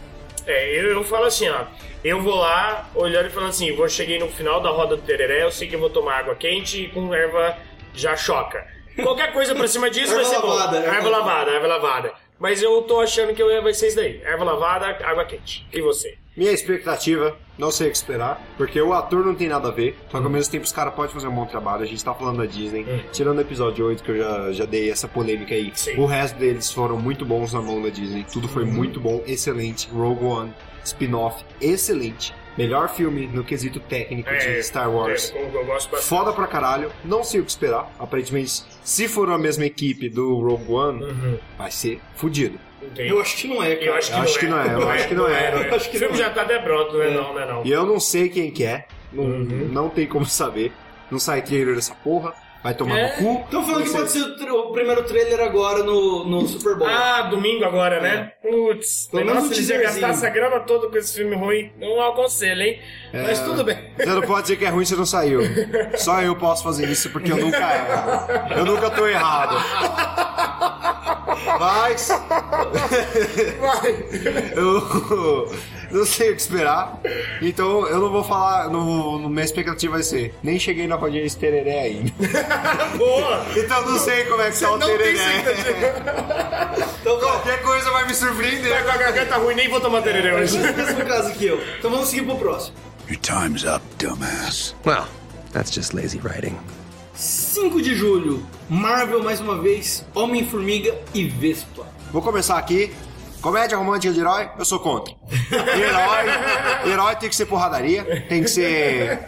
Speaker 3: É, eu, eu falo assim, ó. Eu vou lá, olhando e falando assim, vou cheguei no final da roda do tereré, eu sei que eu vou tomar água quente e com erva já choca. Qualquer coisa pra cima disso vai
Speaker 2: Erva
Speaker 3: ser bom.
Speaker 2: lavada, erva
Speaker 3: erva lavada, erva lavada. Mas eu tô achando que eu- vai ser isso daí. Erva lavada, água quente. E você?
Speaker 4: Minha expectativa, não sei o que esperar, porque o ator não tem nada a ver, só
Speaker 3: Uhum.
Speaker 4: que ao mesmo tempo os caras podem fazer um bom trabalho. A gente tá falando da Disney, tirando o episódio 8, que eu já, já dei essa polêmica aí.
Speaker 3: Sim. Uhum.
Speaker 4: O resto deles foram muito bons na mão da Disney, tudo foi muito bom, excelente. Rogue One, spin-off, excelente. Melhor filme no quesito técnico de Star Wars.
Speaker 3: É, como eu gosto bastante.
Speaker 4: Foda pra caralho, não sei o que esperar. Aparentemente, se for a mesma equipe do Rogue One,
Speaker 3: Uhum,
Speaker 4: vai ser fudido.
Speaker 3: entendi.
Speaker 2: Eu acho que não é, cara.
Speaker 3: Eu acho que,
Speaker 4: Eu acho que
Speaker 3: não,
Speaker 4: não
Speaker 3: é.
Speaker 4: é, eu acho que não é.
Speaker 3: não
Speaker 2: Eu acho que
Speaker 3: o filme
Speaker 2: não é.
Speaker 3: já tá até pronto, né? Não, né? Não.
Speaker 4: E eu não sei quem que é. Não,
Speaker 3: Uhum.
Speaker 4: não tem como saber. Não sai trailer dessa porra. Vai tomar
Speaker 3: É.
Speaker 4: no cu.
Speaker 2: Estão falando que pode ser o, tr- o primeiro trailer agora no, no Super Bowl.
Speaker 3: Ah, domingo agora, né? Putz,
Speaker 2: Pelo menos
Speaker 3: nossa,
Speaker 2: um
Speaker 3: eles iam
Speaker 2: teaserzinho.
Speaker 3: gastar essa grana toda com esse filme ruim. Não aconselho, hein? Mas tudo bem.
Speaker 4: Você não pode dizer que é ruim se não saiu. Só eu posso fazer isso porque eu nunca erro. Eu nunca tô errado. Mas. Eu não sei o que esperar. Então eu não vou falar. Não, vou- minha expectativa vai ser. Nem cheguei na rodinha de tereré ainda.
Speaker 3: Boa!
Speaker 4: Então eu não sei como é que tá o
Speaker 3: não tem
Speaker 4: tereré.
Speaker 2: Então, ó,
Speaker 4: Qualquer coisa vai me surpreender.
Speaker 3: Tá com a garganta ruim, nem vou tomar tererê hoje.
Speaker 2: vocês no mesmo caso que eu. Então vamos seguir pro próximo.
Speaker 5: Your time's up, dumbass.
Speaker 6: Well, that's just lazy writing.
Speaker 2: 5 de julho, Marvel mais uma vez, Homem-Formiga e Vespa.
Speaker 4: Vou começar aqui. Comédia romântica de herói, eu sou contra. Herói, herói tem que ser porradaria, tem que ser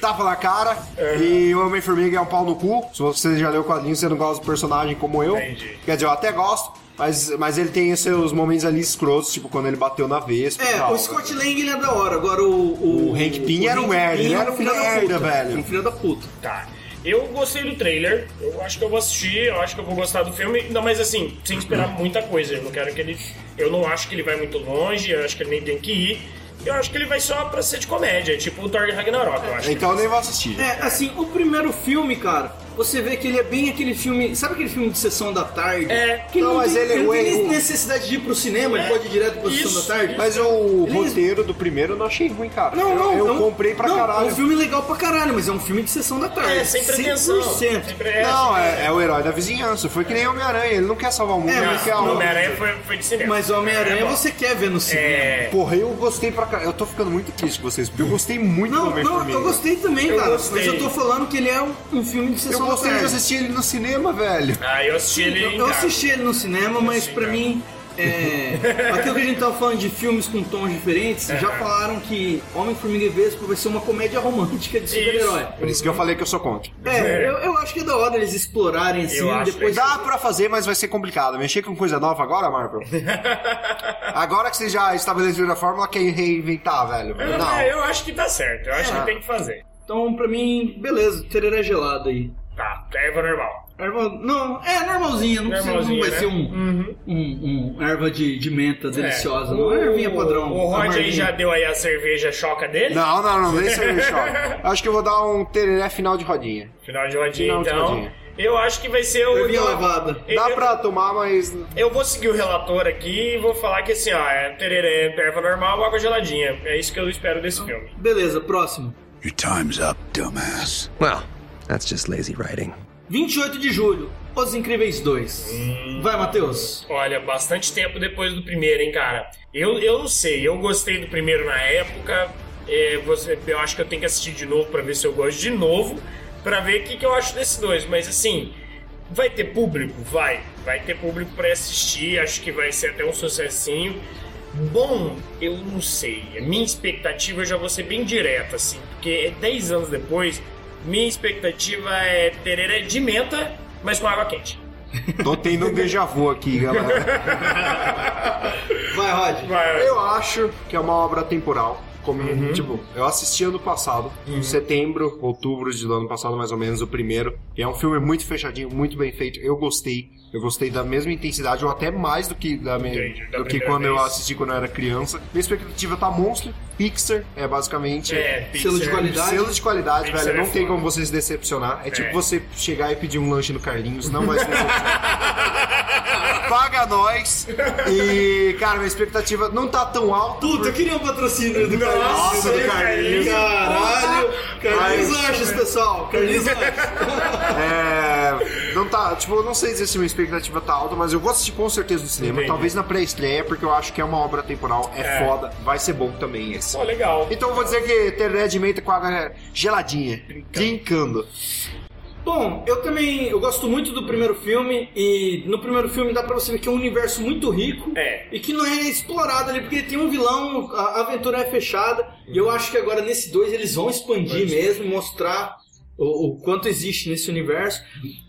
Speaker 4: tapa na cara. E o Homem-Formiga é um pau no cu. Se você já leu o quadrinho, você não gosta do personagem como eu.
Speaker 3: Entendi.
Speaker 4: Quer dizer, eu até gosto, mas, mas ele tem os seus momentos ali escrotos, tipo quando ele bateu na vez.
Speaker 2: É, o Scott Lang ele é da hora, agora o. O,
Speaker 4: O Hank Pym era um
Speaker 2: Hank
Speaker 4: merda,
Speaker 2: Pym
Speaker 4: ele
Speaker 2: é um
Speaker 4: era um
Speaker 2: filho da
Speaker 4: merda,
Speaker 2: puta.
Speaker 4: velho.
Speaker 2: Um filho da puta.
Speaker 3: Tá. Eu gostei do trailer, eu acho que eu vou assistir, eu acho que eu vou gostar do filme, ainda mais assim, sem esperar muita coisa. Eu não quero que ele. Eu não acho que ele vai muito longe, eu acho que ele nem tem que ir. Eu acho que ele vai só pra ser de comédia, tipo o Thor Ragnarok, eu acho.
Speaker 4: Então eu nem vou assistir.
Speaker 2: É, assim, o primeiro filme, cara, você vê que ele é bem aquele filme. Sabe aquele filme de sessão da tarde?
Speaker 3: É.
Speaker 2: que
Speaker 4: Não,
Speaker 2: não,
Speaker 4: mas
Speaker 2: tem,
Speaker 4: ele-
Speaker 2: não tem
Speaker 4: o-
Speaker 2: nem necessidade de ir pro cinema, ele pode ir direto pra sessão
Speaker 3: Isso.
Speaker 2: da tarde.
Speaker 4: Mas o
Speaker 2: Eles-
Speaker 4: roteiro do primeiro eu não achei ruim, cara.
Speaker 2: Não,
Speaker 4: Eu-
Speaker 2: não,
Speaker 4: Eu,
Speaker 2: não-
Speaker 4: comprei pra
Speaker 2: não,
Speaker 4: caralho.
Speaker 2: É um filme legal pra caralho, mas é um filme de sessão da tarde.
Speaker 3: É, sem pretensão.
Speaker 2: 100%.
Speaker 3: Sempre é.
Speaker 4: Não, é, é o herói da vizinhança. Foi que nem Homem-Aranha. Ele não quer salvar o mundo,
Speaker 2: É,
Speaker 4: ele
Speaker 2: mas
Speaker 4: quer a
Speaker 3: o
Speaker 4: onda.
Speaker 3: Homem-Aranha foi, foi de cinema.
Speaker 2: Mas Homem-Aranha
Speaker 3: É, bom.
Speaker 2: você quer ver no cinema.
Speaker 3: É.
Speaker 4: Porra, eu gostei pra caralho. Eu tô ficando muito triste com vocês, porque eu gostei muito do
Speaker 2: Não, não,
Speaker 4: Homem-Formiga.
Speaker 2: eu gostei também,
Speaker 3: Eu
Speaker 2: cara.
Speaker 3: gostei.
Speaker 2: Mas eu tô falando que ele é um, um filme de
Speaker 4: Eu
Speaker 2: sessão da
Speaker 4: gostei
Speaker 2: tarde.
Speaker 4: de assistir ele no cinema, velho.
Speaker 3: Ah, eu assisti ele.
Speaker 2: Eu,
Speaker 3: em
Speaker 2: eu
Speaker 3: casa.
Speaker 2: assisti ele no cinema, mas pra mim. É, aquilo que a gente tava falando de filmes com tons diferentes,
Speaker 3: É.
Speaker 2: já falaram que Homem-Formiga e Vespa vai ser uma comédia romântica de super-herói.
Speaker 4: Por isso que eu falei que eu sou contra.
Speaker 2: É, eu, eu acho que é da hora eles explorarem assim,
Speaker 3: Eu acho
Speaker 2: depois.
Speaker 4: Dá pra fazer, mas vai ser complicado. Mexer com coisa nova agora, Marvel? agora que vocês já estabeleceram a fórmula, quer reinventar, velho.
Speaker 3: Eu,
Speaker 4: Não.
Speaker 3: eu acho que tá certo, eu acho
Speaker 4: Ah.
Speaker 2: É.
Speaker 3: que tem que fazer.
Speaker 2: Então, pra mim, beleza, tereré gelado aí.
Speaker 3: Tá, erva normal.
Speaker 2: Erva, não, é normalzinha, não, precisa, não
Speaker 3: Normalzinha,
Speaker 2: vai
Speaker 3: né?
Speaker 2: ser um,
Speaker 3: Uhum.
Speaker 2: um, um erva de, de menta deliciosa,
Speaker 3: É.
Speaker 2: não. É
Speaker 3: O-
Speaker 2: ervinha padrão.
Speaker 3: O Rod aí
Speaker 2: amarguinha.
Speaker 3: já deu aí a cerveja choca dele.
Speaker 4: Não, não, não, nem sei o Acho que eu vou dar um tereré final de rodinha.
Speaker 3: Final de rodinha,
Speaker 4: Final de
Speaker 3: então.
Speaker 4: rodinha.
Speaker 3: Eu acho que vai ser o.
Speaker 2: Ervinha lavada.
Speaker 3: Eu-
Speaker 4: Dá
Speaker 3: eu-
Speaker 4: pra tomar, mas.
Speaker 3: Eu vou seguir o relator aqui e vou falar que assim, ó, é tereré, erva normal, água geladinha. É isso que eu espero desse filme.
Speaker 2: Beleza, próximo.
Speaker 5: Your time's up, dumbass.
Speaker 6: Well, that's just lazy writing.
Speaker 2: 28 de julho, Os Incríveis 2.
Speaker 4: Hum.
Speaker 2: Vai, Matheus.
Speaker 3: Olha, bastante tempo depois do primeiro, hein, cara. Eu, eu não sei, eu gostei do primeiro na época. é, você- eu acho que eu tenho que assistir de novo pra ver se eu gosto de novo, pra ver o que, que eu acho desses dois. Mas assim, vai ter público? Vai. Vai ter público pra assistir, acho que vai ser até um sucessinho. Bom, eu não sei. A minha expectativa, eu já vou ser bem direto, assim, porque 10 anos depois, minha expectativa é tereré de menta, mas com água quente.
Speaker 4: Tô tendo um déjà vu aqui, galera.
Speaker 2: Vai, Rod.
Speaker 3: Vai.
Speaker 4: Eu acho que é uma obra temporal. Como,
Speaker 3: Uhum.
Speaker 4: Tipo, eu assisti ano passado, em setembro, outubro de do ano passado, mais ou menos, o primeiro. E é um filme muito fechadinho, muito bem feito. Eu gostei. Eu gostei da mesma intensidade, ou até mais do que, da me-
Speaker 3: Entendi, da
Speaker 4: do que
Speaker 3: primeira
Speaker 4: quando eu
Speaker 3: vez.
Speaker 4: assisti quando eu era criança. Minha expectativa tá monstro. Pixar é basicamente
Speaker 3: É,
Speaker 2: Selo de
Speaker 3: Pixar.
Speaker 2: qualidade.
Speaker 4: Selo de qualidade,
Speaker 3: Pixar
Speaker 4: velho.
Speaker 3: é
Speaker 4: Não tem
Speaker 3: foda.
Speaker 4: como você se decepcionar. É, tipo
Speaker 3: É.
Speaker 4: você chegar e pedir um lanche no Carlinhos, não vai se decepcionar. Paga nós. E, cara, minha expectativa não tá tão alta.
Speaker 2: Puta, eu queria um patrocínio do Carlinhos.
Speaker 4: Nossa,
Speaker 2: é
Speaker 4: do
Speaker 3: Carlinhos.
Speaker 2: Caralho. Carlinhos
Speaker 4: Ai.
Speaker 2: Anjos, pessoal. Carlinhos Anjos.
Speaker 4: É, não tá, tipo, eu não sei dizer se minha expectativa tá alta, mas eu vou assistir com certeza no cinema,
Speaker 3: Entendi.
Speaker 4: talvez na pré-estreia, porque eu acho que é uma obra temporal, é,
Speaker 3: É.
Speaker 4: foda, vai ser bom também esse.
Speaker 3: Pô, legal.
Speaker 4: Então eu vou dizer que tereré de menta com água geladinha, trincando.
Speaker 2: Bom, eu também eu gosto muito do primeiro filme e no primeiro filme dá pra você ver que é um universo muito rico
Speaker 3: É.
Speaker 2: e que não é explorado ali porque tem um vilão, a a aventura é fechada e eu acho que agora nesse dois eles vão expandir mesmo, mostrar o, o quanto existe nesse universo.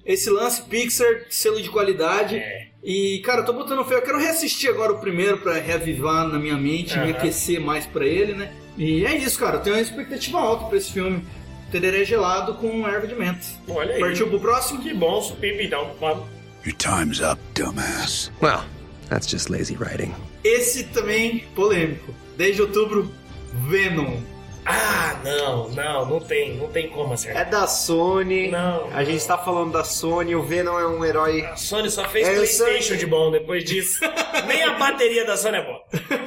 Speaker 2: Esse lance Pixar, selo de qualidade.
Speaker 3: É.
Speaker 2: E cara, eu tô botando fé, eu quero reassistir agora o primeiro pra reavivar na minha mente, me
Speaker 3: Aham.
Speaker 2: aquecer mais pra ele, né? E é isso, cara, eu tenho uma expectativa alta pra esse filme. Tereré gelado com erva de menta.
Speaker 3: Olha aí.
Speaker 2: Partiu pro próximo?
Speaker 3: Que bom, Supipe, então. Fala.
Speaker 5: Your time's up, dumbass.
Speaker 6: Well, that's just lazy writing.
Speaker 2: Esse também polêmico. Desde outubro, Venom.
Speaker 3: Ah, não, não, não tem, não tem como acertar.
Speaker 4: É da Sony.
Speaker 3: Não.
Speaker 4: A gente tá falando da Sony, o Venom é um herói.
Speaker 3: A Sony só fez
Speaker 4: É,
Speaker 3: Playstation
Speaker 4: Sony.
Speaker 3: de bom depois disso. Nem a bateria da Sony é boa.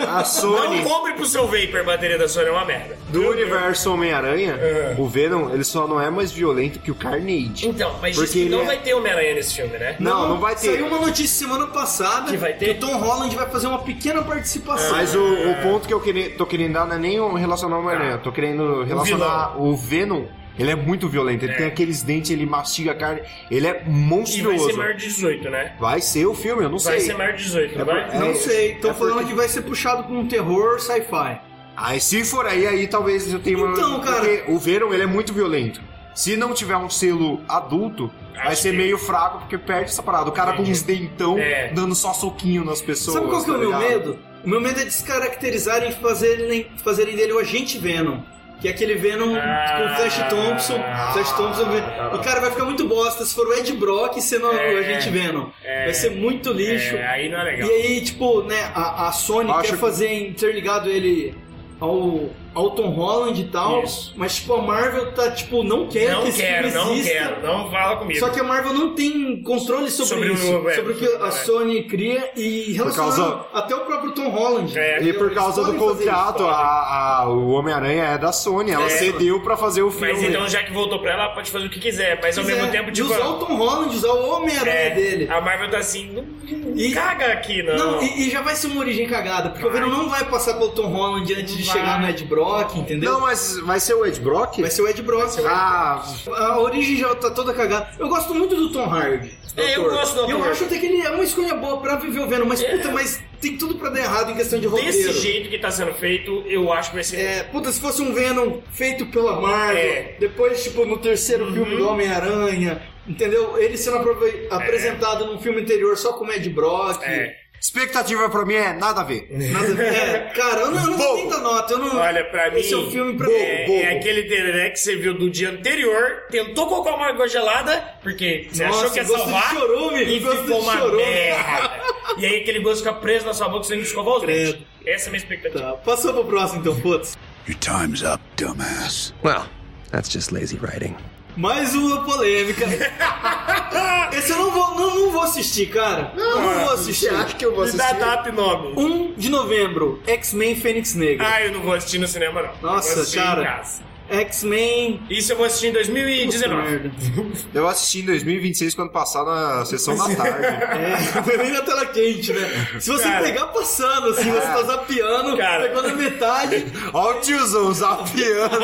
Speaker 4: A Sony
Speaker 3: Não compre pro seu Vapor, a bateria da Sony é uma merda.
Speaker 4: do universo Homem-Aranha,
Speaker 3: É.
Speaker 4: o Venom, ele só não é mais violento que o Carnage.
Speaker 3: Então, mas
Speaker 4: Porque
Speaker 3: diz que
Speaker 4: ele
Speaker 3: não
Speaker 4: é-
Speaker 3: vai ter Homem-Aranha nesse filme, né?
Speaker 4: Não, não vai ter.
Speaker 2: Saiu uma notícia semana passada
Speaker 3: Que vai ter?
Speaker 2: o Tom Holland vai fazer uma pequena participação.
Speaker 4: Mas o, o ponto que eu queria, tô querendo dar não é nem um relacionar ao Homem-Aranha, eu tô querendo relacionar o, Venom. Ele é muito violento, ele
Speaker 3: É.
Speaker 4: tem aqueles dentes, ele mastiga a carne, ele é
Speaker 3: E vai
Speaker 4: monstruoso.
Speaker 3: ser maior de 18, né?
Speaker 4: Vai ser o filme, eu não
Speaker 3: Vai
Speaker 4: sei.
Speaker 3: ser maior de 18, não
Speaker 4: É
Speaker 3: vai?
Speaker 4: por-
Speaker 2: Não
Speaker 4: é-
Speaker 2: sei, estão
Speaker 4: é
Speaker 2: falando
Speaker 4: porque-
Speaker 2: que vai ser puxado por um terror sci-fi.
Speaker 4: Aí se for aí, aí talvez eu tenha uma.
Speaker 2: Então, cara.
Speaker 4: Porque o Venom, ele é muito violento. Se não tiver um selo adulto, vai
Speaker 3: Acho
Speaker 4: ser
Speaker 3: que-
Speaker 4: meio fraco, porque perde essa parada. O cara com uns dentão
Speaker 3: É.
Speaker 4: dando só soquinho nas pessoas.
Speaker 2: Sabe qual que é o
Speaker 4: tá
Speaker 2: meu
Speaker 4: ligado?
Speaker 2: medo? O meu medo é descaracterizarem e fazerem, fazerem dele o agente Venom. Que é aquele Venom com o
Speaker 4: Ah.
Speaker 2: Flash Thompson. Flash Thompson.
Speaker 4: Tá,
Speaker 2: O cara vai ficar muito bosta se for o Ed Brock sendo
Speaker 4: É,
Speaker 2: o agente Venom. vai ser muito lixo.
Speaker 3: É, aí não é legal.
Speaker 2: E aí, tipo, né, a, a Sony
Speaker 4: Acho
Speaker 2: quer
Speaker 4: que-
Speaker 2: fazer interligado ele ao, ao Tom Holland e tal,
Speaker 3: Isso.
Speaker 2: mas tipo, a Marvel tá, tipo, não
Speaker 4: é
Speaker 2: quer
Speaker 3: não
Speaker 2: que esse
Speaker 3: quero,
Speaker 2: filme
Speaker 3: não
Speaker 2: exista.
Speaker 3: quero, não fala comigo.
Speaker 2: Só que a Marvel não tem controle sobre,
Speaker 3: Sobre o-
Speaker 2: isso,
Speaker 3: é,
Speaker 2: sobre o que a
Speaker 3: é.
Speaker 2: Sony cria e relacionando
Speaker 4: causa-
Speaker 2: até o próprio Tom Holland.
Speaker 3: É,
Speaker 4: E por
Speaker 2: Eles
Speaker 4: causa do
Speaker 2: podem fazer isso,
Speaker 4: contrato,
Speaker 2: podem.
Speaker 4: a- a- o Homem-Aranha é da Sony, ela
Speaker 3: É.
Speaker 4: cedeu pra fazer o filme.
Speaker 3: Mas então, já que voltou pra ela, pode fazer o que quiser. Mas ao
Speaker 2: Pois
Speaker 3: mesmo
Speaker 2: é,
Speaker 3: tempo,
Speaker 2: e
Speaker 3: tipo...
Speaker 2: usar o Tom Holland, usar o Homem-Aranha
Speaker 3: é,
Speaker 2: dele.
Speaker 3: A Marvel tá assim, não
Speaker 2: E-
Speaker 3: caga aqui, não.
Speaker 2: Não, e, e já vai ser uma origem cagada, porque
Speaker 3: Vai.
Speaker 2: o Venom não vai passar pelo Tom Holland antes de
Speaker 3: Vai.
Speaker 2: chegar no Ed Brock, entendeu?
Speaker 4: Não, mas vai ser o Ed Brock?
Speaker 2: Vai ser o Ed Brock.
Speaker 4: Ah,
Speaker 2: A origem já tá toda cagada. Eu gosto muito do Tom Hardy. do
Speaker 3: É, eu
Speaker 2: ator.
Speaker 3: gosto do
Speaker 2: Eu
Speaker 3: ator.
Speaker 2: acho até que ele é uma escolha boa pra viver o Venom, mas puta, mas tem tudo pra dar errado em questão de roteiro.
Speaker 3: Desse jeito que tá sendo feito, eu acho que vai ser...
Speaker 2: É, puta, se fosse um Venom feito pela Marvel,
Speaker 3: É. Uhum.
Speaker 2: depois, tipo, no terceiro filme do Homem-Aranha, entendeu? Ele sendo aprove- apresentado num filme anterior só com o Ed Brock.
Speaker 3: É.
Speaker 4: expectativa pra mim é nada a ver.
Speaker 2: Nada a ver. É, cara, eu não, eu não
Speaker 4: Bobo.
Speaker 2: tenho da nota, eu não.
Speaker 3: Olha, pra mim.
Speaker 2: Esse é o filme pra
Speaker 3: é,
Speaker 2: bobo.
Speaker 3: é aquele tereré que você viu do dia anterior, tentou colocar uma água gelada, porque você
Speaker 2: Nossa,
Speaker 3: achou que ia
Speaker 2: gosto de
Speaker 3: salvar.
Speaker 2: chorume,
Speaker 3: e
Speaker 2: gosto
Speaker 3: ficou
Speaker 2: de
Speaker 3: uma
Speaker 2: chorume.
Speaker 3: merda. E aí aquele gosto fica preso na sua boca sem escovar os
Speaker 2: Credo.
Speaker 3: dentes. Essa é a minha expectativa.
Speaker 2: Tá, passou pro próximo então, putz.
Speaker 5: Your time's up, dumbass.
Speaker 6: Well, that's just lazy writing.
Speaker 2: Mais uma polêmica. Esse eu não vou, não, não vou assistir, cara. Não, não vou assistir. Uhum.
Speaker 4: que eu vou
Speaker 3: Me dá data e nome.
Speaker 2: 1 de novembro, X-Men Fênix Negra.
Speaker 3: Ah, eu não vou assistir no cinema, não. Eu vou
Speaker 2: Nossa,
Speaker 3: assistir em
Speaker 2: cara.
Speaker 3: casa.
Speaker 2: X-Men.
Speaker 3: Isso eu vou assistir em 2019.
Speaker 2: Merda.
Speaker 4: Eu assisti em 2026, quando passar na sessão da tarde.
Speaker 2: É, foi bem na tela quente, né? Se você
Speaker 3: Cara.
Speaker 2: pegar passando, assim, você tá zapeando,
Speaker 3: Cara.
Speaker 2: pegou na metade,
Speaker 4: Olha o tiozão zapeando.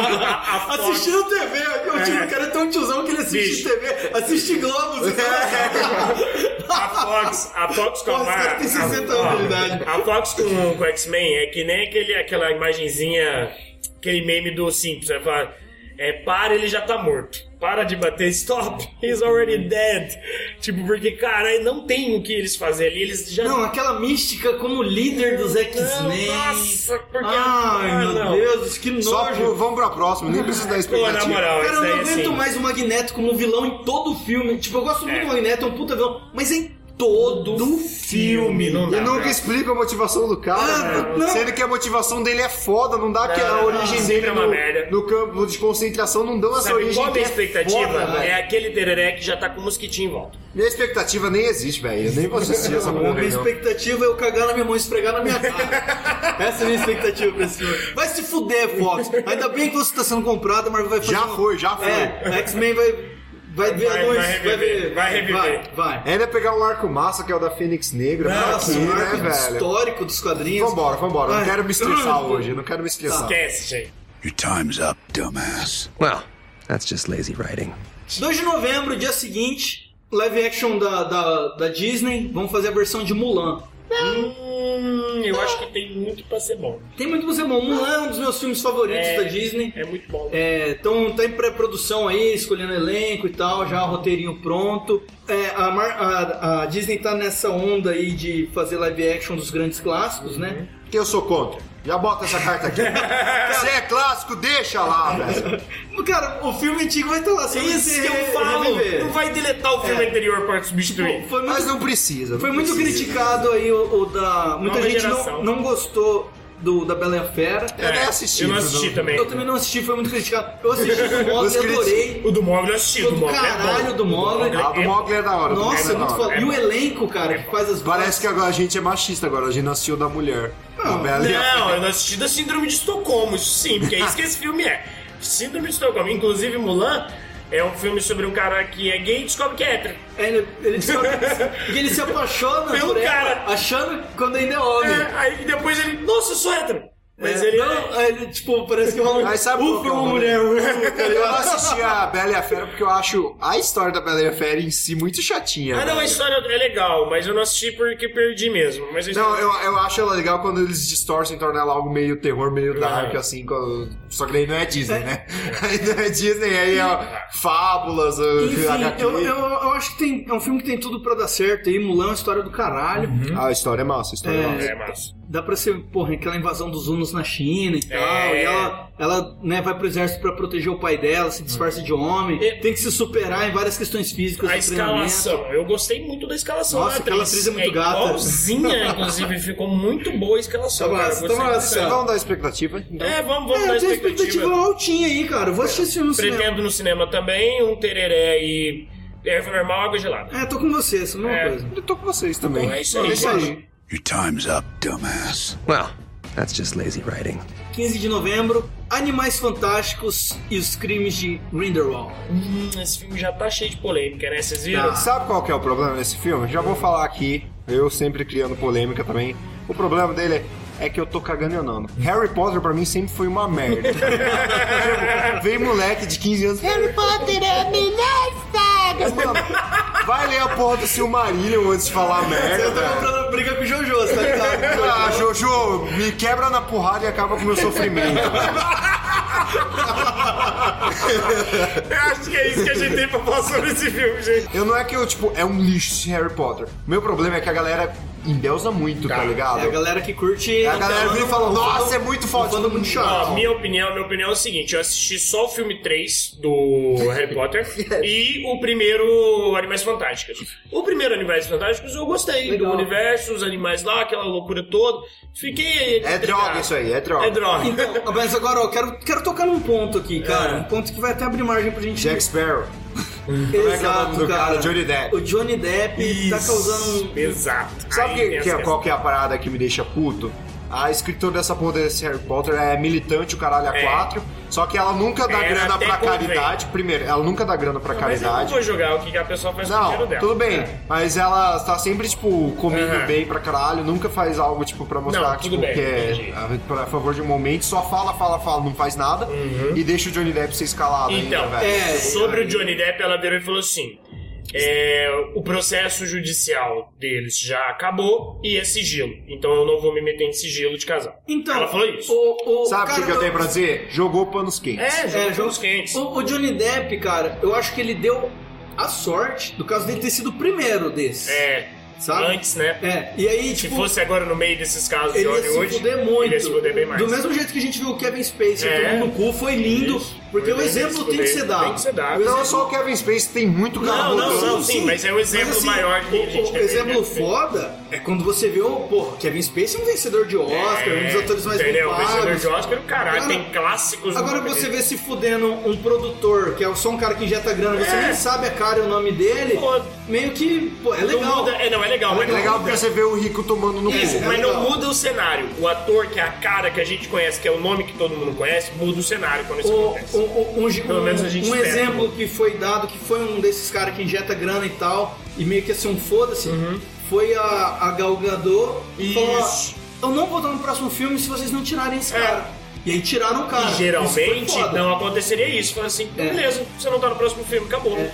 Speaker 2: assistindo TV. Eu tio, o cara é tão tiozão que ele assiste
Speaker 3: Bicho.
Speaker 2: TV, assiste Globos. né?
Speaker 3: A Fox, a Fox com a
Speaker 2: Nossa, cara,
Speaker 3: Mar-
Speaker 2: tem 60
Speaker 3: a-
Speaker 2: anos de
Speaker 3: ó,
Speaker 2: idade.
Speaker 3: A Fox com, com X-Men é que nem aquele, aquela imagenzinha, aquele meme do Simpsons. Vai falar, é, para, ele já tá morto. Para de bater, stop, he's already dead. Tipo, porque, cara, não tem o que eles fazerem ali, eles já...
Speaker 2: Não, aquela mística como líder dos X-Men.
Speaker 3: Não, Nossa, porque...
Speaker 2: Ai,
Speaker 3: ah,
Speaker 2: meu
Speaker 3: não.
Speaker 2: Deus, que nojo.
Speaker 4: Só pro- vamos pra próxima, nem precisa dar
Speaker 3: Pô, na
Speaker 4: expectativa.
Speaker 3: moral,
Speaker 2: Cara,
Speaker 3: isso
Speaker 2: eu
Speaker 3: aí,
Speaker 2: não aguento
Speaker 3: assim,
Speaker 2: mais o Magneto como vilão em todo o filme. Tipo, eu gosto muito
Speaker 3: É.
Speaker 2: do Magneto, é um puta vilão, mas em todo o filme.
Speaker 3: não
Speaker 4: E
Speaker 3: dá.
Speaker 4: nunca explica a motivação do cara,
Speaker 2: Ah,
Speaker 4: né?
Speaker 2: não. Ah.
Speaker 4: sendo que a motivação dele é foda, não dá que a
Speaker 3: Não,
Speaker 4: origem
Speaker 3: sempre
Speaker 4: dele
Speaker 3: é uma
Speaker 4: no,
Speaker 3: merda.
Speaker 4: no campo de concentração não dão essa
Speaker 3: Sabe
Speaker 4: origem.
Speaker 3: qual a
Speaker 4: que
Speaker 3: minha
Speaker 4: é
Speaker 3: expectativa?
Speaker 4: foda,
Speaker 2: né?
Speaker 4: velho.
Speaker 3: é aquele tereré que já tá com um mosquitinho em volta.
Speaker 4: Minha expectativa nem existe, velho. Eu nem vou assistir essa
Speaker 2: A
Speaker 4: porra.
Speaker 2: minha
Speaker 4: aí, não.
Speaker 2: expectativa é eu cagar na minha mão e esfregar na minha cara. Essa é a minha expectativa pra esse filme. Vai se fuder, Fox. Ainda bem que você tá sendo comprado, mas vai fazer.
Speaker 4: Já
Speaker 2: uma-
Speaker 4: foi, já foi.
Speaker 2: É, X-Men vai. Vai ver
Speaker 3: Vai-
Speaker 2: a luz,
Speaker 3: vai reviver, vai reviver.
Speaker 2: Vai, vai.
Speaker 4: Ainda pegar um arco massa, que é o da Fênix Negra, pra
Speaker 2: Nossa,
Speaker 4: quê,
Speaker 2: um
Speaker 4: né,
Speaker 2: arco
Speaker 4: velho?
Speaker 2: histórico dos quadrinhos.
Speaker 4: Vambora, vambora. Eu Não
Speaker 2: Ai. Tá.
Speaker 4: quero me estressar hoje, eu não quero me estressar.
Speaker 3: Esquece, gente.
Speaker 5: Your time's up, dumbass.
Speaker 6: Well, that's just lazy writing.
Speaker 2: 2 de novembro, dia seguinte, live action da, da, da Disney, vamos fazer a versão de Mulan.
Speaker 3: Hum, eu acho que tem muito pra ser bom.
Speaker 2: Tem muito você bom, Mulan é um dos meus filmes favoritos
Speaker 3: É.
Speaker 2: da Disney.
Speaker 3: É muito bom.
Speaker 2: É, então tá em pré-produção aí, escolhendo elenco e tal, já o roteirinho pronto. É, a, Mar- a- a Disney tá nessa onda aí de fazer live action dos grandes clássicos, né?
Speaker 4: Que eu sou contra. Já bota essa carta aqui. Se é clássico, deixa lá, velho.
Speaker 2: Cara, o filme antigo vai estar lá, você vai
Speaker 3: É Isso
Speaker 2: ser
Speaker 3: que eu
Speaker 2: re-
Speaker 3: falo.
Speaker 2: reviver. É.
Speaker 3: Não vai deletar o filme anterior para substituir.
Speaker 2: Foi muito
Speaker 4: Mas não precisa. não
Speaker 2: Foi muito
Speaker 4: precisa.
Speaker 2: criticado aí o, o da. Muita
Speaker 3: Nova
Speaker 2: gente
Speaker 3: geração.
Speaker 2: não, não gostou do, da Bela e a Fera.
Speaker 4: Eu nem assisti.
Speaker 3: É. Eu não
Speaker 4: mas
Speaker 3: assisti
Speaker 4: não-
Speaker 3: também.
Speaker 2: Eu também não assisti, foi muito criticado. Eu assisti o Mogli
Speaker 4: Os
Speaker 2: e adorei.
Speaker 3: O do Mogli eu assisti. O do
Speaker 2: Do
Speaker 3: Mogli é
Speaker 2: caralho
Speaker 3: bom.
Speaker 2: do Mogli.
Speaker 4: Ah, do
Speaker 3: é-
Speaker 4: Mogli é da hora. do Mogli
Speaker 2: Nossa,
Speaker 4: é
Speaker 2: é
Speaker 4: da
Speaker 2: muito
Speaker 4: hora.
Speaker 2: foda. E o elenco, cara, que faz as
Speaker 4: Parece que agora a gente é machista agora, a gente não assistiu da mulher. Não,
Speaker 3: Não, eu não assisti da Síndrome de Estocolmo, isso sim, porque é isso que esse filme é. Síndrome de Estocolmo. Inclusive, Mulan é um filme sobre um cara que é gay e descobre que é hétero.
Speaker 2: É, Ele, ele, descobre que ele se apaixona
Speaker 3: Pelo
Speaker 2: por ela,
Speaker 3: cara.
Speaker 2: achando que quando ainda é homem.
Speaker 3: É, aí depois ele, nossa, eu sou hétero. Mas
Speaker 2: É,
Speaker 3: ele
Speaker 2: não, aí ele, tipo, parece que é uma
Speaker 4: Aí sabe qual que
Speaker 2: Ufa,
Speaker 4: é o
Speaker 2: uma
Speaker 4: rolê?
Speaker 2: mulher. ufa, cara.
Speaker 4: Eu não assisti a Bela e a Fera porque eu acho a história da Bela e a Fera em si muito chatinha.
Speaker 3: Ah, não, a
Speaker 4: velho.
Speaker 3: história é legal, mas eu não assisti porque perdi mesmo. Mas a
Speaker 4: Não,
Speaker 3: história...
Speaker 4: eu, eu acho ela legal quando eles distorcem e tornam ela algo meio terror, meio dark, assim. quando- Só que daí não é Disney, né? Aí não é Disney, aí é fábulas, uh,
Speaker 2: Enfim,
Speaker 4: HQ.
Speaker 2: eu, eu, eu acho que tem, é um filme que tem tudo pra dar certo. E Mulan é uma história do caralho.
Speaker 3: Uhum.
Speaker 4: Ah, a história é massa, a história é, massa.
Speaker 3: É, mas...
Speaker 2: Dá pra ser, porra, aquela invasão dos hunos na China e tal.
Speaker 3: É.
Speaker 2: E ela, ela né, vai pro exército pra proteger o pai dela, se disfarça de homem.
Speaker 3: E-
Speaker 2: Tem que se superar em várias questões físicas
Speaker 3: É. A
Speaker 2: do treinamento.
Speaker 3: escalação, eu gostei muito da escalação
Speaker 2: Nossa,
Speaker 3: da
Speaker 2: aquela atriz é muito gata.
Speaker 3: igualzinha, inclusive, ficou muito boa a escalação.
Speaker 2: Tá
Speaker 3: cara,
Speaker 2: massa,
Speaker 3: eu
Speaker 2: tá
Speaker 3: gostei
Speaker 2: massa.
Speaker 3: bastante.
Speaker 4: Então, Vamos dar expectativa? então?
Speaker 3: É, vamos, vamos dar
Speaker 2: É, eu tenho
Speaker 3: expectativa.
Speaker 2: expectativa altinha aí, cara. Eu vou assistir esse filme no cinema.
Speaker 3: Pretendo no cinema também, um tereré e erva normal, água gelada.
Speaker 2: É, tô com você, essa mesma
Speaker 3: É.
Speaker 2: coisa.
Speaker 4: Eu tô com vocês também.
Speaker 3: Então é isso aí,
Speaker 4: Isso
Speaker 3: gente.
Speaker 5: Your time's up, dumbass.
Speaker 6: Well, that's just lazy writing.
Speaker 2: 15 de novembro, Animais Fantásticos e os Crimes de Grindelwald.
Speaker 3: Hum, esse filme já tá cheio de polêmica, né? Vocês viram?
Speaker 2: Tá.
Speaker 4: Sabe qual que é o problema desse filme? Já vou falar aqui, eu sempre criando polêmica também. O problema dele é, é que eu tô cagando e andando. Harry Potter pra mim sempre foi uma merda. Tipo, Vem moleque de 15 anos. Harry Potter é a melhor saga. Mano, Vai ler a porra do Silmarillion antes de falar merda.
Speaker 2: Eu tô
Speaker 4: velho.
Speaker 2: comprando briga com o Jojo, você tá ligado?
Speaker 4: Ah, Jojo, me quebra na porrada e acaba com o meu sofrimento.
Speaker 3: Eu acho que é isso que a gente tem pra falar sobre esse filme, gente.
Speaker 4: Eu não é que eu, tipo, é um lixo esse Harry Potter. Meu problema é que a galera endeusa muito, tá ligado?
Speaker 2: É a galera que curte.
Speaker 4: É, a galera vem e fala, nossa, é
Speaker 2: muito
Speaker 4: muito foda.
Speaker 2: Quando muito
Speaker 3: Ó,
Speaker 2: chato.
Speaker 3: minha opinião, minha opinião é o seguinte: eu assisti só o filme 3 do Harry Potter e o primeiro Animais Fantásticos. O primeiro Animais Fantásticos eu gostei
Speaker 2: Legal.
Speaker 3: do universo, os animais lá, aquela loucura toda. Fiquei.
Speaker 4: É droga isso aí, é droga.
Speaker 3: É droga.
Speaker 2: Então, mas agora, ó, quero, quero tocar num ponto aqui,
Speaker 3: É.
Speaker 2: cara. Um ponto que vai até abrir margem pra gente.
Speaker 4: Jack Sparrow. é que é o nome
Speaker 2: Exato,
Speaker 4: do cara?
Speaker 2: cara.
Speaker 4: Johnny Depp.
Speaker 2: O Johnny Depp tá causando um.
Speaker 3: Exato.
Speaker 4: Sabe
Speaker 3: Aí
Speaker 4: que-
Speaker 3: tem
Speaker 4: que é-
Speaker 3: essa-
Speaker 4: qual que é a parada que me deixa puto? A escritora dessa porra desse Harry Potter é militante, o caralho a
Speaker 3: É.
Speaker 4: quatro. Só que ela nunca dá
Speaker 3: Ela
Speaker 4: grana
Speaker 3: até
Speaker 4: pra
Speaker 3: convém.
Speaker 4: caridade. Primeiro, ela nunca dá grana pra
Speaker 3: Mas eu não
Speaker 4: caridade.
Speaker 3: vou julgar o que que a pessoa faz com o dinheiro
Speaker 4: é Não,
Speaker 3: dela.
Speaker 4: tudo bem.
Speaker 3: É.
Speaker 4: Mas ela tá sempre, tipo, comendo
Speaker 3: Aham.
Speaker 4: bem pra caralho, nunca faz algo, tipo, pra mostrar,
Speaker 3: Não, tudo
Speaker 4: tipo,
Speaker 3: bem,
Speaker 4: que é
Speaker 3: entendi.
Speaker 4: a, pra- a favor de um momento, só fala, fala, fala, não faz nada e deixa o Johnny Depp ser escalado
Speaker 3: Uhum. Então,
Speaker 4: ainda, velho.
Speaker 2: É,
Speaker 3: sobre o Johnny Depp, ela virou e falou assim: é, o processo judicial deles já acabou e é sigilo. Então eu não vou me meter em sigilo de casal.
Speaker 2: Então,
Speaker 3: ela falou isso.
Speaker 2: O, o
Speaker 4: Sabe o
Speaker 2: cara
Speaker 4: que, que eu
Speaker 2: do-
Speaker 4: tenho pra dizer? Jogou panos quentes.
Speaker 3: É,
Speaker 2: É,
Speaker 3: jogo
Speaker 2: jogo-
Speaker 3: os quentes.
Speaker 2: O, o Johnny Depp, cara, eu acho que ele deu a sorte do caso dele ter sido o primeiro desse.
Speaker 3: É,
Speaker 2: Sabe?
Speaker 3: antes, né?
Speaker 2: É, e aí,
Speaker 3: Se
Speaker 2: Tá? tipo,
Speaker 3: fosse agora no meio desses casos de
Speaker 2: ele ia se
Speaker 3: Hollywood,
Speaker 2: fuder muito.
Speaker 3: ele ia se fuder bem mais.
Speaker 2: Do mesmo jeito que a gente viu o Kevin Spacey,
Speaker 3: É.
Speaker 2: todo mundo no cu, foi lindo.
Speaker 3: Isso.
Speaker 2: Porque
Speaker 3: Foi
Speaker 2: o
Speaker 3: bem,
Speaker 2: exemplo
Speaker 3: se
Speaker 2: tem que
Speaker 3: fuder.
Speaker 2: ser dado.
Speaker 3: Tem que ser dado.
Speaker 2: O
Speaker 4: Não é
Speaker 2: exemplo-
Speaker 4: só o Kevin Spacey, tem muito cara
Speaker 3: Não, não,
Speaker 4: rodando.
Speaker 3: não. sim, mas é um exemplo maior que a
Speaker 2: assim, o-
Speaker 3: gente
Speaker 2: O,
Speaker 3: tem,
Speaker 2: exemplo
Speaker 3: né?
Speaker 2: foda é quando você vê o, pô, Kevin Spacey é um vencedor de Oscar, um dos atores mais bem
Speaker 3: É, Entendeu? O vencedor de
Speaker 2: pagos.
Speaker 3: Oscar, o caralho,
Speaker 2: Cara,
Speaker 3: tem clássicos. no
Speaker 2: Agora
Speaker 3: nome
Speaker 2: você
Speaker 3: dele.
Speaker 2: vê se fudendo um produtor, que é só um cara que injeta grana, você
Speaker 3: É.
Speaker 2: nem sabe a cara e o nome dele,
Speaker 3: Foda.
Speaker 2: meio que, pô, é
Speaker 3: Não
Speaker 2: legal.
Speaker 3: muda, é, não, é legal, mas
Speaker 4: É
Speaker 3: não
Speaker 4: legal
Speaker 3: muda.
Speaker 4: porque você vê o rico tomando no cu.
Speaker 3: Isso,
Speaker 2: É
Speaker 3: mas não
Speaker 2: legal.
Speaker 3: muda o cenário. O ator que é a cara que a gente conhece, que é o nome que todo mundo conhece, muda o cenário quando isso
Speaker 2: O-
Speaker 3: acontece.
Speaker 2: o- o- um,
Speaker 3: Pelo menos a gente
Speaker 2: um
Speaker 3: espera.
Speaker 2: exemplo que foi dado, que foi um desses caras que injeta grana e tal, e meio que assim, um foda-se, foi a, a Gal Gadot e falou,
Speaker 3: Uhum. Isso.
Speaker 2: "Ó, eu não vou estar no próximo filme se vocês não tirarem esse
Speaker 3: É.
Speaker 2: cara. E aí tiraram o cara.
Speaker 3: E
Speaker 2: Ah, Isso
Speaker 3: geralmente
Speaker 2: foi foda.
Speaker 3: não aconteceria isso. Fala assim,
Speaker 2: É.
Speaker 3: beleza, você não tá no próximo filme, acabou.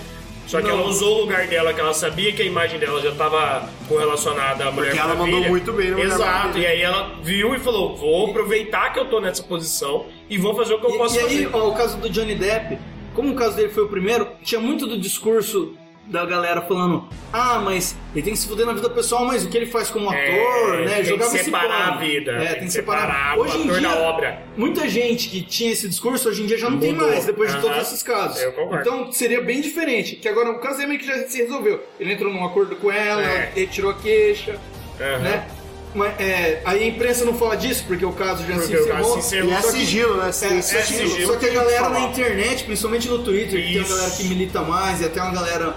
Speaker 3: Só que
Speaker 2: Não.
Speaker 3: ela usou o lugar dela, que ela sabia que a imagem dela já tava correlacionada à mulher
Speaker 4: Porque ela mandou
Speaker 3: maravilha.
Speaker 4: muito bem na Mulher
Speaker 3: Exato,
Speaker 4: Maravilha.
Speaker 3: e aí ela viu e falou, vou aproveitar que eu tô nessa posição e vou fazer o que eu
Speaker 2: E-
Speaker 3: posso
Speaker 2: e,
Speaker 3: fazer.
Speaker 2: aí, ó, o caso do Johnny Depp, como o caso dele foi o primeiro, tinha muito do discurso da galera falando: ah, mas ele tem que se fuder na vida pessoal, mas o que ele faz como ator,
Speaker 3: É,
Speaker 2: né?
Speaker 3: tem que
Speaker 2: Jogava esse
Speaker 3: separar
Speaker 2: pano.
Speaker 3: a vida,
Speaker 2: É, tem que separar.
Speaker 3: o
Speaker 2: Hoje em
Speaker 3: ator
Speaker 2: dia,
Speaker 3: da obra.
Speaker 2: Muita gente que tinha esse discurso, hoje em dia já não tem
Speaker 3: Mudou.
Speaker 2: mais, depois de
Speaker 3: Aham.
Speaker 2: todos esses casos.
Speaker 3: Eu concordo.
Speaker 2: Então seria bem diferente. Que agora o caso dele meio que já se resolveu. Ele entrou num acordo com ela,
Speaker 3: É.
Speaker 2: ele tirou a queixa,
Speaker 3: Aham.
Speaker 2: né? Mas, é, aí a imprensa não fala disso, porque o caso já se
Speaker 3: Porque o cara
Speaker 2: encerrou.
Speaker 3: se encerrou.
Speaker 4: E é
Speaker 2: Só que-
Speaker 4: sigilo, né?
Speaker 2: É,
Speaker 4: Tem
Speaker 2: é,
Speaker 4: sigilo.
Speaker 3: sigilo.
Speaker 2: Só que a
Speaker 4: tem o
Speaker 2: galera na
Speaker 4: falar.
Speaker 2: internet, principalmente no Twitter, que tem uma
Speaker 3: Isso.
Speaker 2: galera que milita mais e até uma galera,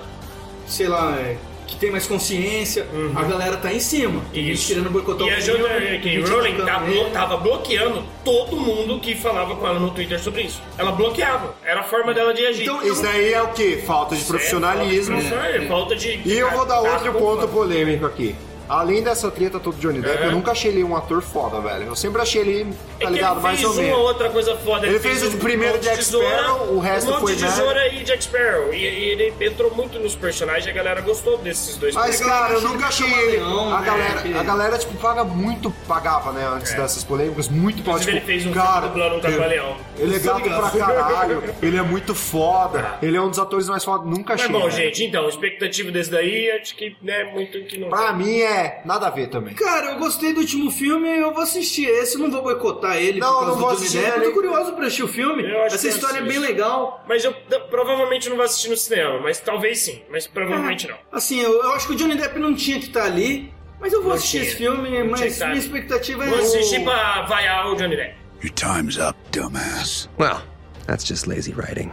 Speaker 2: sei lá, é, que tem mais consciência, a galera tá em cima. Tem gente
Speaker 3: Uhum. Isso.
Speaker 2: querendo boicotar
Speaker 3: E
Speaker 2: o
Speaker 3: a
Speaker 2: filme,
Speaker 3: J.K.
Speaker 2: tem gente
Speaker 3: Rowling
Speaker 2: atacando
Speaker 3: tá
Speaker 2: ele.
Speaker 3: blo- tava bloqueando todo mundo que falava com ela no Twitter sobre isso. Ela bloqueava. Era a forma dela de agir.
Speaker 2: Então,
Speaker 4: Isso daí é o quê? Falta de profissionalismo.
Speaker 3: É, falta de.
Speaker 4: E eu vou dar outro
Speaker 3: Ah,
Speaker 4: ponto polêmico aqui. Além dessa treta toda do Johnny Depp,
Speaker 3: É.
Speaker 4: eu nunca achei ele um ator foda, velho. Eu sempre achei ele,
Speaker 3: É
Speaker 4: tá
Speaker 3: que
Speaker 4: ligado,
Speaker 3: ele
Speaker 4: mais
Speaker 3: fez
Speaker 4: ou menos.
Speaker 3: uma outra coisa foda. um
Speaker 4: Ele fez o primeiro
Speaker 3: monte de
Speaker 4: Jack Sparrow, o resto
Speaker 3: um monte
Speaker 4: foi
Speaker 3: de
Speaker 4: merda.
Speaker 3: tesoura e Jack Sparrow. E, e ele entrou muito nos personagens e a galera gostou desses dois.
Speaker 4: Mas,
Speaker 2: Porque a galera
Speaker 3: um
Speaker 4: cara, eu
Speaker 2: acha
Speaker 4: nunca
Speaker 2: que
Speaker 4: achei
Speaker 2: ele é
Speaker 4: ele.
Speaker 2: camaleão,
Speaker 4: a,
Speaker 2: né,
Speaker 4: galera,
Speaker 2: que-
Speaker 4: a galera, tipo, paga muito. Pagava, né, antes dessas polêmicas, muito pra,
Speaker 3: É. Inclusive,
Speaker 4: tipo,
Speaker 3: ele fez um filme
Speaker 4: cara,
Speaker 3: dublando um camaleão.
Speaker 4: Ele é
Speaker 2: Tô
Speaker 4: gato pra
Speaker 2: ligado.
Speaker 3: assim?
Speaker 4: caralho, ele é muito foda, ele é um dos atores mais foda, nunca
Speaker 3: Mas
Speaker 4: achei. né?
Speaker 3: bom,
Speaker 4: velho.
Speaker 3: gente, então, a expectativa desse daí, acho que né, muito que não.
Speaker 4: Pra mim é nada a ver também.
Speaker 2: Cara, eu gostei do último filme, eu vou assistir esse, eu não vou boicotar ele
Speaker 4: Não,
Speaker 2: por causa
Speaker 4: não vou
Speaker 2: do Johnny
Speaker 4: assistir
Speaker 2: Depp.
Speaker 4: ele.
Speaker 2: Eu tô curioso pra assistir o filme,
Speaker 3: Eu acho
Speaker 2: essa
Speaker 3: que eu
Speaker 2: história é bem
Speaker 3: assisto.
Speaker 2: legal.
Speaker 3: Mas eu da- provavelmente não vou assistir no cinema, mas talvez sim, mas
Speaker 4: Ah.
Speaker 3: provavelmente não.
Speaker 2: Assim, eu, eu acho que o Johnny Depp não tinha que estar ali, mas eu vou
Speaker 3: Não
Speaker 2: assistir
Speaker 3: tinha.
Speaker 2: esse filme,
Speaker 3: Não tinha que
Speaker 2: mas
Speaker 3: tá.
Speaker 2: minha expectativa
Speaker 3: Vou
Speaker 2: é...
Speaker 3: assistir pra vaiar o Johnny Depp.
Speaker 5: Your time's up, dumbass.
Speaker 6: Well, that's just lazy writing.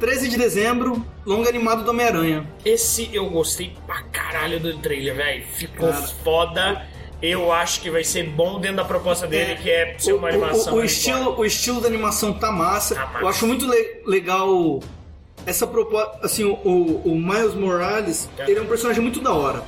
Speaker 2: 13 de dezembro, longa animado do Homem-Aranha.
Speaker 3: Esse eu gostei pra caralho do trailer, velho. Ficou foda. Eu acho que vai ser bom dentro da proposta dele, que é ser uma
Speaker 2: O-
Speaker 3: animação.
Speaker 2: O, o
Speaker 3: mais
Speaker 2: estilo, o estilo da animação tá massa.
Speaker 3: Tá massa.
Speaker 2: Eu acho muito le- legal essa proposta. Assim, o, o- o Miles Morales,
Speaker 3: É. Uhum.
Speaker 2: ele é um personagem muito da hora.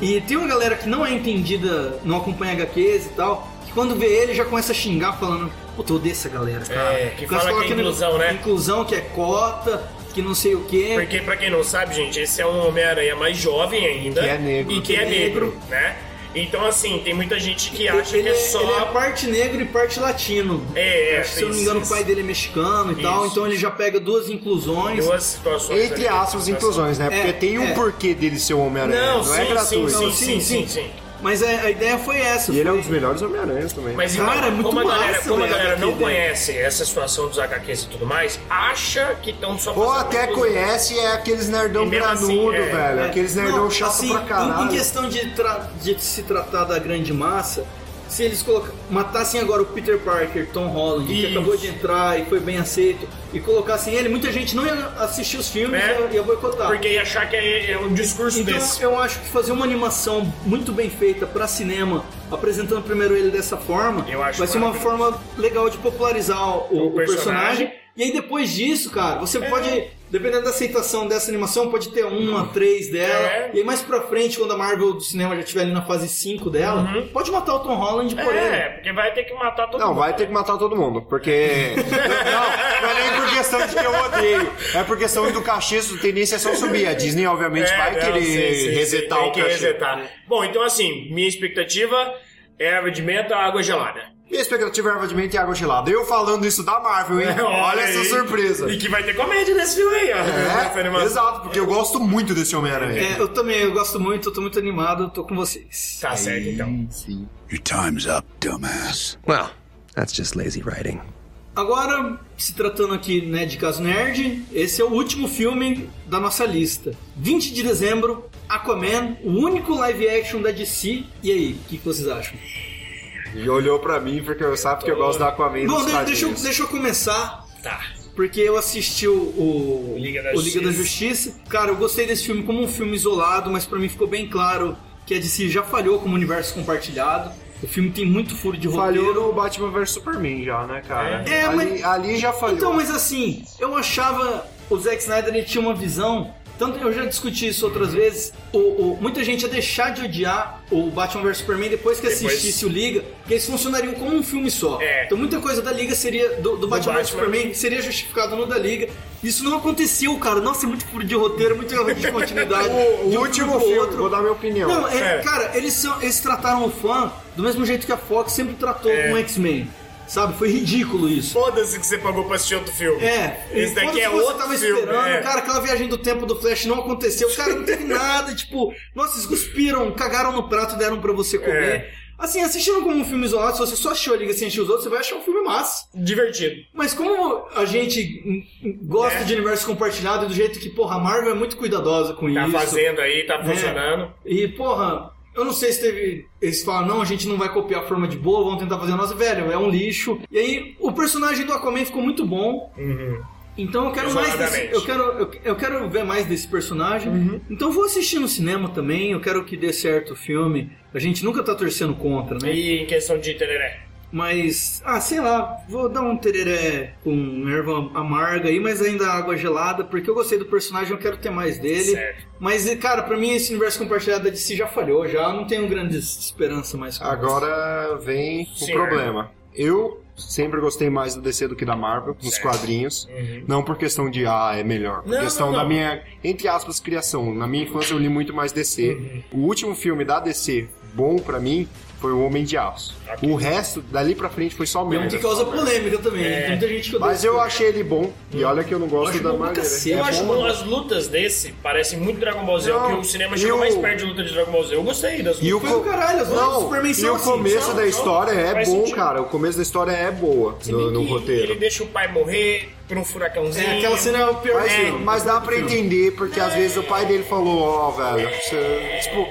Speaker 2: E tem uma galera que não é entendida, não acompanha HQs e tal, que quando vê ele já começa a xingar falando, puta, eu odeio essa galera, cara.
Speaker 3: que
Speaker 2: O cara
Speaker 3: fala que é
Speaker 2: não-
Speaker 3: inclusão, né?
Speaker 2: Inclusão, que é cota, que não sei o quê.
Speaker 3: Porque, pra quem não sabe, gente, esse é um Homem-Aranha mais jovem ainda.
Speaker 4: Que é negro.
Speaker 3: E que é negro, né? Então, assim, tem muita gente que acha
Speaker 2: ele,
Speaker 3: que é
Speaker 2: ele
Speaker 3: só.
Speaker 2: parte negro e parte latino.
Speaker 3: É, é,
Speaker 2: Se eu não me
Speaker 3: isso,
Speaker 2: engano,
Speaker 3: isso.
Speaker 2: o pai dele é mexicano e tal,
Speaker 3: Isso.
Speaker 2: então ele já pega duas inclusões.
Speaker 3: Duas situações.
Speaker 4: Entre aspas, inclusões, né? Porque
Speaker 2: É,
Speaker 4: tem um
Speaker 2: é.
Speaker 4: porquê dele ser o Homem-Aranha,
Speaker 3: Não,
Speaker 4: não,
Speaker 3: sim,
Speaker 4: é
Speaker 3: sim,
Speaker 4: gratuito.
Speaker 3: sim,
Speaker 2: Não,
Speaker 3: sim,
Speaker 2: sim,
Speaker 3: sim,
Speaker 2: sim.
Speaker 3: sim.
Speaker 2: Mas é, a, a ideia foi essa.
Speaker 4: E ele é
Speaker 2: foi-
Speaker 4: um dos melhores Homem-Aranhas também.
Speaker 3: Mas
Speaker 2: Cara,
Speaker 3: então,
Speaker 2: é muito
Speaker 3: como a galera,
Speaker 2: massa,
Speaker 3: como a
Speaker 2: velho,
Speaker 3: galera não
Speaker 2: aquele dele.
Speaker 3: conhece essa situação dos HQs e tudo mais, acha que estão só
Speaker 4: Ou
Speaker 3: fazendo
Speaker 4: até
Speaker 3: inclusão.
Speaker 4: conhece é aqueles nerdão
Speaker 3: E mesmo assim,
Speaker 4: granudo,
Speaker 3: é,
Speaker 4: velho.
Speaker 2: É.
Speaker 4: Aqueles nerdão
Speaker 2: Não,
Speaker 4: chato
Speaker 2: assim,
Speaker 4: pra
Speaker 2: em-
Speaker 4: caralho.
Speaker 2: Em questão de, tra- de se tratar da grande massa, se eles coloca... matassem agora o Peter Parker, Tom Holland, que
Speaker 3: Isso.
Speaker 2: acabou de entrar e foi bem aceito, e colocassem ele, muita gente não ia assistir os filmes
Speaker 3: Né?
Speaker 2: e ia boicotar.
Speaker 3: Porque ia achar que é, é um discurso
Speaker 2: Então
Speaker 3: desse.
Speaker 2: eu acho que fazer uma animação muito bem feita pra cinema, apresentando primeiro ele dessa forma,
Speaker 3: Eu acho
Speaker 2: vai ser uma
Speaker 3: maravilhoso.
Speaker 2: forma legal de popularizar o, o personagem.
Speaker 3: personagem. É.
Speaker 2: E aí depois disso, cara, você pode, dependendo da aceitação dessa animação, pode ter uma, três dela.
Speaker 3: É.
Speaker 2: E aí mais pra frente, quando a Marvel do cinema já estiver ali na fase 5 dela, pode matar o Tom Holland por
Speaker 3: Uhum. É,
Speaker 2: ele.
Speaker 3: porque vai ter que matar todo
Speaker 4: Não,
Speaker 3: mundo.
Speaker 4: vai ter que matar todo mundo, porque. não, não é nem por questão de que eu odeio. É por questão do cachê do tenista é só subir. A Disney, obviamente, vai
Speaker 3: É, não,
Speaker 4: querer
Speaker 3: sim, sim, sim,
Speaker 4: resetar
Speaker 3: tem
Speaker 4: o
Speaker 3: que
Speaker 4: cachê.
Speaker 3: resetar. Bom, então assim, minha expectativa é água de menta, água gelada.
Speaker 4: Minha expectativa é Arvadimento e água gelada. Eu falando isso da Marvel, hein? Olha essa
Speaker 3: aí.
Speaker 4: surpresa.
Speaker 3: E que vai ter comédia nesse filme aí, ó. Nessa
Speaker 4: É,
Speaker 3: animação.
Speaker 4: exato, porque eu gosto muito desse Homem-Aranha.
Speaker 2: É, eu também, eu gosto muito, eu tô muito animado, eu tô com vocês.
Speaker 3: Tá certo, então.
Speaker 5: Your time's up, dumbass.
Speaker 6: Well, that's just lazy writing.
Speaker 2: Agora, se tratando aqui né, de caso nerd, esse é o último filme da nossa lista. 20 de dezembro, Aquaman, o único live action da DC. E aí, o que, que vocês acham?
Speaker 4: E olhou pra mim porque eu sabe que eu gosto da Aquaman
Speaker 2: Bom, de-
Speaker 4: dos
Speaker 2: deixa, eu,
Speaker 4: quadrinhos.
Speaker 2: deixa eu começar,
Speaker 3: Tá.
Speaker 2: porque eu assisti o, o,
Speaker 3: Liga da
Speaker 2: o Liga da
Speaker 3: Justiça.
Speaker 2: Justiça. Cara, eu gostei desse filme como um filme isolado, mas pra mim ficou bem claro que a DC já falhou como universo compartilhado. O filme tem muito furo de roteiro.
Speaker 4: Falhou no Batman vs Superman já, né, cara?
Speaker 2: É,
Speaker 4: ali,
Speaker 2: mas-
Speaker 4: ali já falhou.
Speaker 2: Então, mas assim, eu achava o Zack Snyder ele tinha uma visão. Tanto eu já discuti isso outras vezes. O, o- muita gente ia deixar de odiar o Batman vs Superman depois que
Speaker 3: Depois-
Speaker 2: assistisse o Liga, porque eles funcionariam como um filme só.
Speaker 3: É.
Speaker 2: Então muita coisa da Liga seria. Do, do Batman
Speaker 3: Batman.
Speaker 2: vs Superman seria justificado no da Liga. Isso não aconteceu, cara. Nossa, é muito furo de roteiro, muito erro de continuidade.
Speaker 4: O, o
Speaker 2: de um
Speaker 4: último
Speaker 2: pro
Speaker 4: filme, vou dar minha opinião.
Speaker 2: não, é-
Speaker 3: É.
Speaker 2: cara, eles, são- eles trataram o fã do mesmo jeito que a Fox sempre tratou
Speaker 4: É.
Speaker 2: com o X-Men. Sabe? Foi ridículo isso.
Speaker 3: Foda-se que você pagou pra assistir outro filme.
Speaker 2: É,
Speaker 3: Esse
Speaker 2: enquanto
Speaker 3: daqui é
Speaker 2: que você
Speaker 3: outro
Speaker 2: tava
Speaker 3: filme,
Speaker 2: esperando,
Speaker 3: é.
Speaker 2: cara, aquela viagem do tempo do Flash não aconteceu, cara, não teve nada, tipo, nossa, eles cuspiram, cagaram no prato, deram pra você comer.
Speaker 3: É.
Speaker 2: Assim, assistindo como um filme isolado, se você só achou a Liga sem assistir os outros, você vai achar um filme massa.
Speaker 3: Divertido.
Speaker 2: Mas como a gente hum, hum, gosta
Speaker 3: É.
Speaker 2: de universo compartilhado, do jeito que, porra, a Marvel é muito cuidadosa com
Speaker 3: Tá
Speaker 2: isso.
Speaker 3: fazendo aí,
Speaker 4: É.
Speaker 3: tá funcionando.
Speaker 2: E, porra, eu não sei se teve. Eles falam, não, a gente não vai copiar a forma de boa, vamos tentar fazer a nossa. Velho, é um lixo. E aí, o personagem do Aquaman ficou muito bom.
Speaker 3: Uhum.
Speaker 2: Então eu quero mais desse,
Speaker 3: Isoladamente.
Speaker 2: eu quero eu, eu quero ver mais desse personagem.
Speaker 4: Uhum.
Speaker 2: Então eu vou assistir no cinema também. Eu quero que dê certo o filme. A gente nunca tá torcendo contra, né?
Speaker 3: E em questão de tereré.
Speaker 2: Mas ah, sei lá, vou dar um tereré com erva amarga aí, mas ainda água gelada, porque eu gostei do personagem, eu quero ter mais dele.
Speaker 3: Certo.
Speaker 2: Mas, cara, pra mim esse universo compartilhado da DC já falhou, já eu não tenho grandes esperança mais com
Speaker 4: Agora vem
Speaker 3: Sim.
Speaker 4: o problema. Eu sempre gostei mais da DC do que da Marvel, nos quadrinhos. Não por questão de, ah, é melhor. Por
Speaker 3: Uhum. Não,
Speaker 4: questão
Speaker 3: não, não.
Speaker 4: da minha, entre aspas, criação. Na minha infância eu li muito mais DC.
Speaker 3: Uhum.
Speaker 4: O último filme da DC bom pra mim foi O Homem de Aço. O resto, dali pra frente, foi só
Speaker 2: isso.
Speaker 4: merda.
Speaker 2: é um Que causa polêmica também,
Speaker 3: É.
Speaker 2: tem muita gente que odeia.
Speaker 4: Mas eu achei ele bom. E
Speaker 3: Uhum.
Speaker 4: olha que eu não gosto
Speaker 2: acho
Speaker 4: da
Speaker 2: bom pra
Speaker 4: Marvel.
Speaker 2: cacete.
Speaker 3: Eu
Speaker 4: É bom,
Speaker 3: acho
Speaker 4: mas-
Speaker 3: que as lutas desse parecem muito Dragon Ball Z,
Speaker 4: Não,
Speaker 3: porque o cinema
Speaker 4: e
Speaker 3: chegou
Speaker 4: o-
Speaker 3: mais perto de luta de Dragon Ball Z. Eu gostei das
Speaker 4: E o
Speaker 3: lutas.
Speaker 2: Foi do
Speaker 4: co-
Speaker 2: caralho, as lutas do
Speaker 4: não,
Speaker 2: Superman
Speaker 4: e
Speaker 2: são
Speaker 4: o
Speaker 2: assim,
Speaker 4: começo
Speaker 2: são,
Speaker 4: da
Speaker 3: são,
Speaker 4: história é
Speaker 3: faz
Speaker 4: bom,
Speaker 3: sentido.
Speaker 4: cara. O começo da história é boa
Speaker 3: Se bem
Speaker 4: no, no
Speaker 3: que Ele
Speaker 4: roteiro.
Speaker 3: deixa o pai morrer por um furacãozinho.
Speaker 2: É, aquela cena é o pior
Speaker 4: Mas,
Speaker 2: filme.
Speaker 4: mas dá pra entender, porque às vezes o pai dele falou, ó, velho, você, tipo.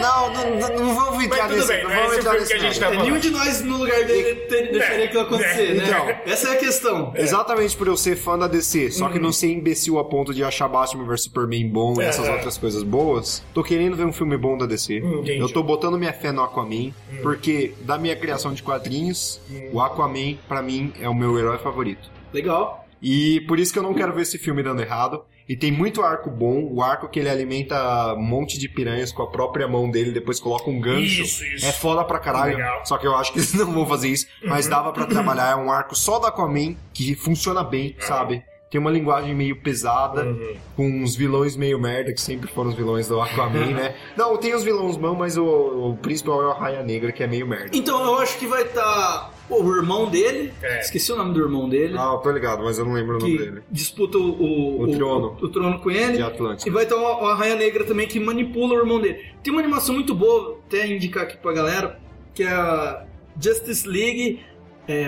Speaker 4: Não, não, não, não vamos entrar
Speaker 3: tudo
Speaker 4: nesse.
Speaker 3: bem,
Speaker 4: não
Speaker 3: não é
Speaker 4: vamos
Speaker 3: esse
Speaker 4: entrar
Speaker 3: filme
Speaker 4: nesse.
Speaker 3: que a gente
Speaker 4: mérito.
Speaker 3: tá-
Speaker 2: Nenhum de nós no lugar dele ter- deixaria aquilo acontecer, né?
Speaker 4: Então.
Speaker 2: Essa é a questão.
Speaker 4: Exatamente por eu ser fã da DC, só que
Speaker 3: Uhum.
Speaker 4: não ser imbecil a ponto de achar Batman vs Superman bom e essas
Speaker 3: É.
Speaker 4: outras coisas boas, tô querendo ver um filme bom da DC.
Speaker 3: Uhum, entendi. Uhum.
Speaker 4: eu tô botando minha fé no Aquaman, porque da minha criação de quadrinhos, o Aquaman, pra mim, é o meu herói favorito.
Speaker 2: Legal.
Speaker 4: E por isso que eu não quero ver esse filme dando errado. E tem muito arco bom, o arco que ele alimenta um monte de piranhas com a própria mão dele, depois coloca um gancho.
Speaker 3: Isso, isso.
Speaker 4: É foda pra caralho.
Speaker 3: Legal.
Speaker 4: Só que eu acho que eles não vão fazer isso. Mas dava pra trabalhar. É um arco só da Aquaman que funciona bem, sabe? Tem uma linguagem meio pesada,
Speaker 3: Uhum.
Speaker 4: com uns vilões meio merda, que sempre foram os vilões do Aquaman, né? Não, tem os vilões bons, mas o, o principal é o Raia Negra, que é meio merda.
Speaker 2: Então eu acho que vai estar o irmão dele.
Speaker 3: É.
Speaker 2: Esqueci o nome do irmão dele.
Speaker 4: Ah, eu tô ligado, mas eu não lembro o nome
Speaker 2: que
Speaker 4: dele.
Speaker 2: disputa o, o,
Speaker 4: O trono.
Speaker 2: o trono com ele.
Speaker 4: De Atlântico.
Speaker 2: E vai ter uma, uma raia negra também que manipula o irmão dele. Tem uma animação muito boa, até indicar aqui pra galera, que é a Justice League. é,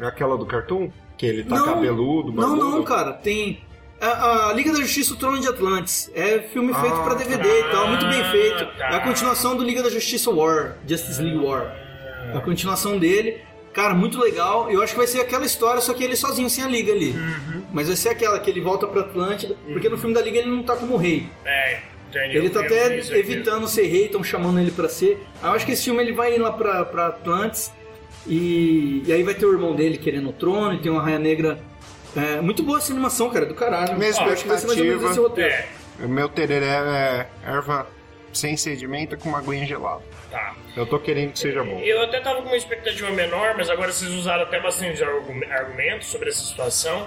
Speaker 4: É aquela do cartoon? Que ele tá
Speaker 2: Não.
Speaker 4: cabeludo,
Speaker 2: não, não,
Speaker 4: barbudo?
Speaker 2: cara. Tem a, a Liga da Justiça, o Trono de Atlantis. É filme
Speaker 4: Ah,
Speaker 2: feito pra DVD e tal, muito bem feito. É a continuação do Liga da Justiça War, Justice League War. a continuação dele. Cara, muito legal. Eu acho que vai ser aquela história, só que ele sozinho sem a Liga ali. Mas vai ser aquela que ele volta pra Atlântida, porque no filme da Liga ele não tá como rei.
Speaker 3: É, entendi.
Speaker 2: Ele tá
Speaker 3: Eu
Speaker 2: até
Speaker 3: vi isso aqui.
Speaker 2: evitando ser rei, estão chamando ele pra ser. Aí Eu acho que esse filme ele vai ir lá pra, pra Atlantis e, e aí vai ter o irmão dele querendo o trono e tem uma raia negra. É, muito boa essa animação, cara, do caralho.
Speaker 4: Mesma
Speaker 2: Acho que vai ser mais ou menos
Speaker 4: expectativa.
Speaker 2: esse roteiro.
Speaker 3: É,
Speaker 4: O meu tereré é erva sem sedimento com uma aguinha gelada.
Speaker 3: tá.
Speaker 4: Eu tô querendo que seja bom.
Speaker 3: Eu até tava com uma expectativa menor, mas agora vocês usaram até bastante argu- argumentos sobre essa situação.